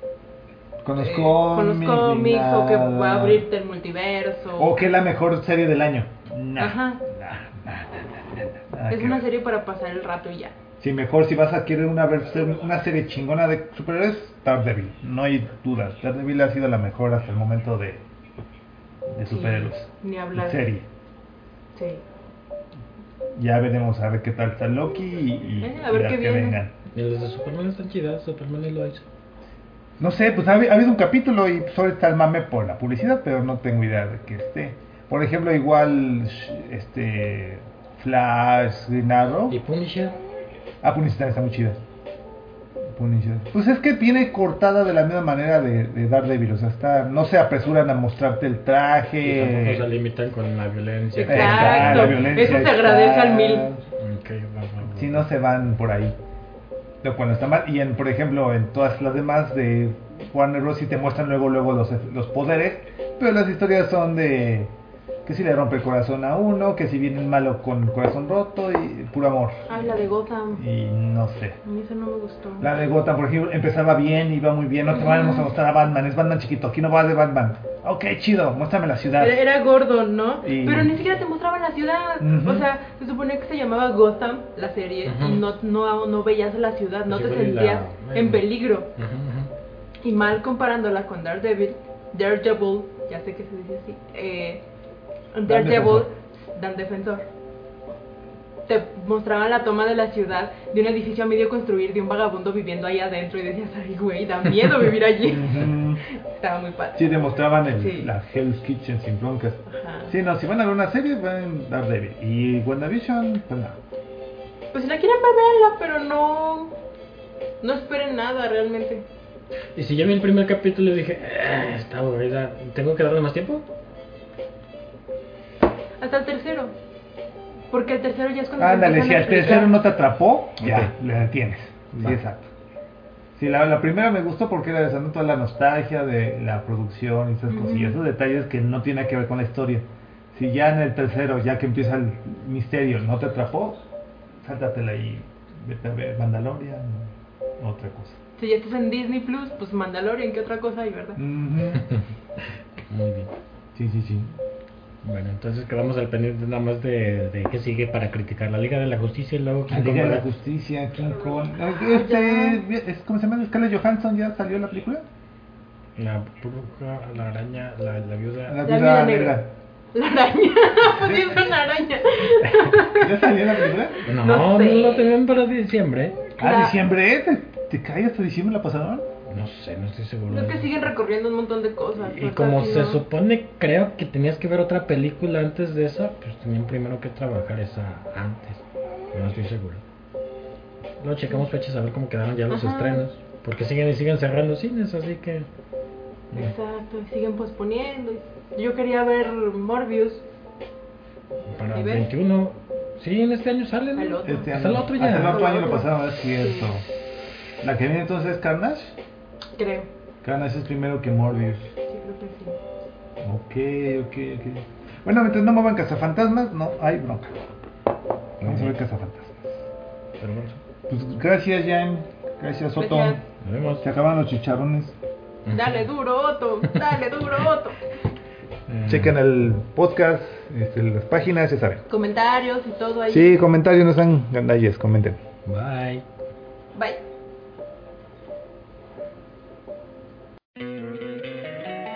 S1: Con los
S3: eh,
S1: cómics.
S3: con los
S1: ni
S3: cómics o que
S1: nada.
S3: va a abrirte el multiverso.
S1: O que es la mejor serie del año. Nah.
S3: Ajá.
S1: Nah, nah, nah, nah, nah, nah,
S3: es
S1: que-
S3: una serie para pasar el rato y ya.
S1: Sí, mejor si vas a querer una, versión- una serie chingona de superhéroes, Daredevil. No hay dudas. Daredevil ha sido la mejor hasta el momento de, de superhéroes.
S3: Sí, ni hablar.
S1: Serie.
S3: Sí.
S1: Ya veremos a ver qué tal está Loki y, y-
S3: Eh, a ver
S1: y las
S3: qué
S1: que
S3: viene.
S1: vengan.
S2: Y los de Superman están chidas, Superman y Lois.
S1: No sé, pues ha, habi- ha habido un capítulo y sobre está el mame por la publicidad, pero no tengo idea de que esté. Por ejemplo, igual sh- este Flash, Green Arrow.
S2: Y Punisher.
S1: Ah, Punisher también está muy chida. Punisher. Pues es que viene cortada de la misma manera de, de Daredevil. O sea, está, no se apresuran a mostrarte el
S2: Y tampoco se
S1: traje.
S2: limitan con la violencia.
S1: Eh, está,
S3: Exacto. Eso se
S1: está.
S3: agradece al mil.
S2: Ok, va, va, va.
S1: Si no se van por ahí. Lo cual no está mal. Y en, por ejemplo, en todas las demás de Warner Bros. sí te muestran luego, luego los, efe- los poderes. Pero las historias son de que si le rompe el corazón a uno, que si viene el malo con el corazón roto y puro amor.
S3: Ay, Ah, la de Gotham.
S1: Y no sé.
S3: A mí eso no me gustó.
S1: La de Gotham, por ejemplo, empezaba bien, iba muy bien. No te vamos a mostrar a Batman, es Batman chiquito. Aquí no va de Batman. Ok, chido, muéstrame la ciudad.
S3: Era, era Gordon, ¿no?
S1: Y-
S3: Pero ni siquiera te mostraban la ciudad.
S1: Ujú.
S3: O sea, se suponía que se llamaba Gotham, la serie,
S2: Ujú.
S3: y no, no, no veías la ciudad, no
S2: Sí,
S3: te
S2: fue la-
S3: sentías en
S2: bueno.
S3: peligro.
S2: Ujú, ujú.
S3: Y mal comparándola con Daredevil, Daredevil, ya sé que se dice así, eh, Daredevil,
S1: Defensor.
S3: Dan Defensor. Te mostraban la toma de la ciudad, de un edificio a medio construir, de un vagabundo viviendo ahí adentro, y decías, ay, güey, da miedo vivir allí.
S1: Ujú.
S3: Estaba muy padre.
S1: Sí, demostraban el,
S3: Sí.
S1: la Hell's Kitchen sin broncas.
S3: Ajá.
S1: Sí, no, si van a ver una serie, van a dar David. Y WandaVision, pues no.
S3: Pues si la quieren ver, véanla, pero no. No esperen nada realmente.
S2: Y si ya vi el primer capítulo y dije, "Eh, está aburrida, ¿tengo que darle más tiempo?
S3: Hasta el tercero. Porque el tercero ya es cuando. te
S1: Ándale,
S3: empiezan
S1: si
S3: a
S1: al
S3: explicar.
S1: tercero pues no te atrapó, ya,
S2: Ok.
S1: le detienes.
S2: Va.
S1: Sí, exacto. Sí, la, la primera me gustó porque era de toda la nostalgia de la producción y esas
S3: Ujú.
S1: cosillas, esos detalles que no tienen que ver con la historia. Si ya en el tercero, ya que empieza el misterio, no te atrapó, sáltatela y vete a ver Mandalorian, otra cosa.
S3: Si ya estás en Disney Plus, pues Mandalorian, ¿qué otra cosa hay, verdad?
S1: Ujú.
S2: Muy bien.
S1: Sí, sí, sí.
S2: Bueno, entonces quedamos al pendiente nada más de, de qué sigue para criticar la Liga de la Justicia y luego
S1: La
S2: King Kong,
S1: Liga de la
S2: ¿verdad?
S1: Justicia, King Kong. Este, es- ¿Cómo se llama? ¿Scarlett Johansson ya salió la película?
S2: La bruja, la araña, la, la viuda.
S1: La
S3: La
S1: Viuda
S3: Viuda Negra.
S1: Negra.
S3: La araña. Poniendo una araña.
S1: ¿Ya salió la película?
S2: No,
S3: No
S2: no,
S3: sé.
S2: lo tenían para diciembre.
S1: Ah,
S3: La-
S1: diciembre, ¿eh? ¿te, te cae hasta diciembre la pasaron?
S2: No sé, no estoy seguro.
S3: Es que siguen recorriendo un montón de cosas.
S2: Y
S3: ¿verdad?
S2: como
S3: Si
S2: se
S3: no-
S2: supone, creo que tenías que ver otra película antes de esa, pues tenían primero que trabajar esa antes. No estoy seguro. Luego checamos fechas a ver cómo quedaron ya los
S3: Ajá.
S2: estrenos. Porque siguen y siguen cerrando cines, así que.
S3: Exacto, y siguen posponiendo. y- Yo quería ver Morbius.
S2: Para
S3: ¿Y
S2: el
S3: ven?
S2: 21. Sí, en este año salen.
S3: Al otro.
S1: Este
S2: Hasta el otro ya.
S1: Hasta el otro
S3: Hasta el
S1: año lo
S3: otro.
S1: pasaron, es cierto. La que viene entonces es Carnage.
S3: Creo.
S1: Carnage es primero que Morbius.
S3: Sí, creo que sí.
S1: Ok, ok, ok. Bueno, mientras no muevan Cazafantasmas, no hay bronca. Vamos a ver Cazafantasmas.
S2: Pero bueno,
S1: Pues gracias, Jan. Gracias, Soto.
S3: Gracias.
S2: nos vemos.
S1: Se acaban los chicharrones.
S3: Dale duro, Otto. Dale duro, Otto.
S2: Eh,
S1: Chequen el podcast, este, las páginas, ya saben.
S3: Comentarios y todo ahí.
S1: Sí, comentarios, no sean gandalles, comenten.
S2: Bye.
S3: Bye.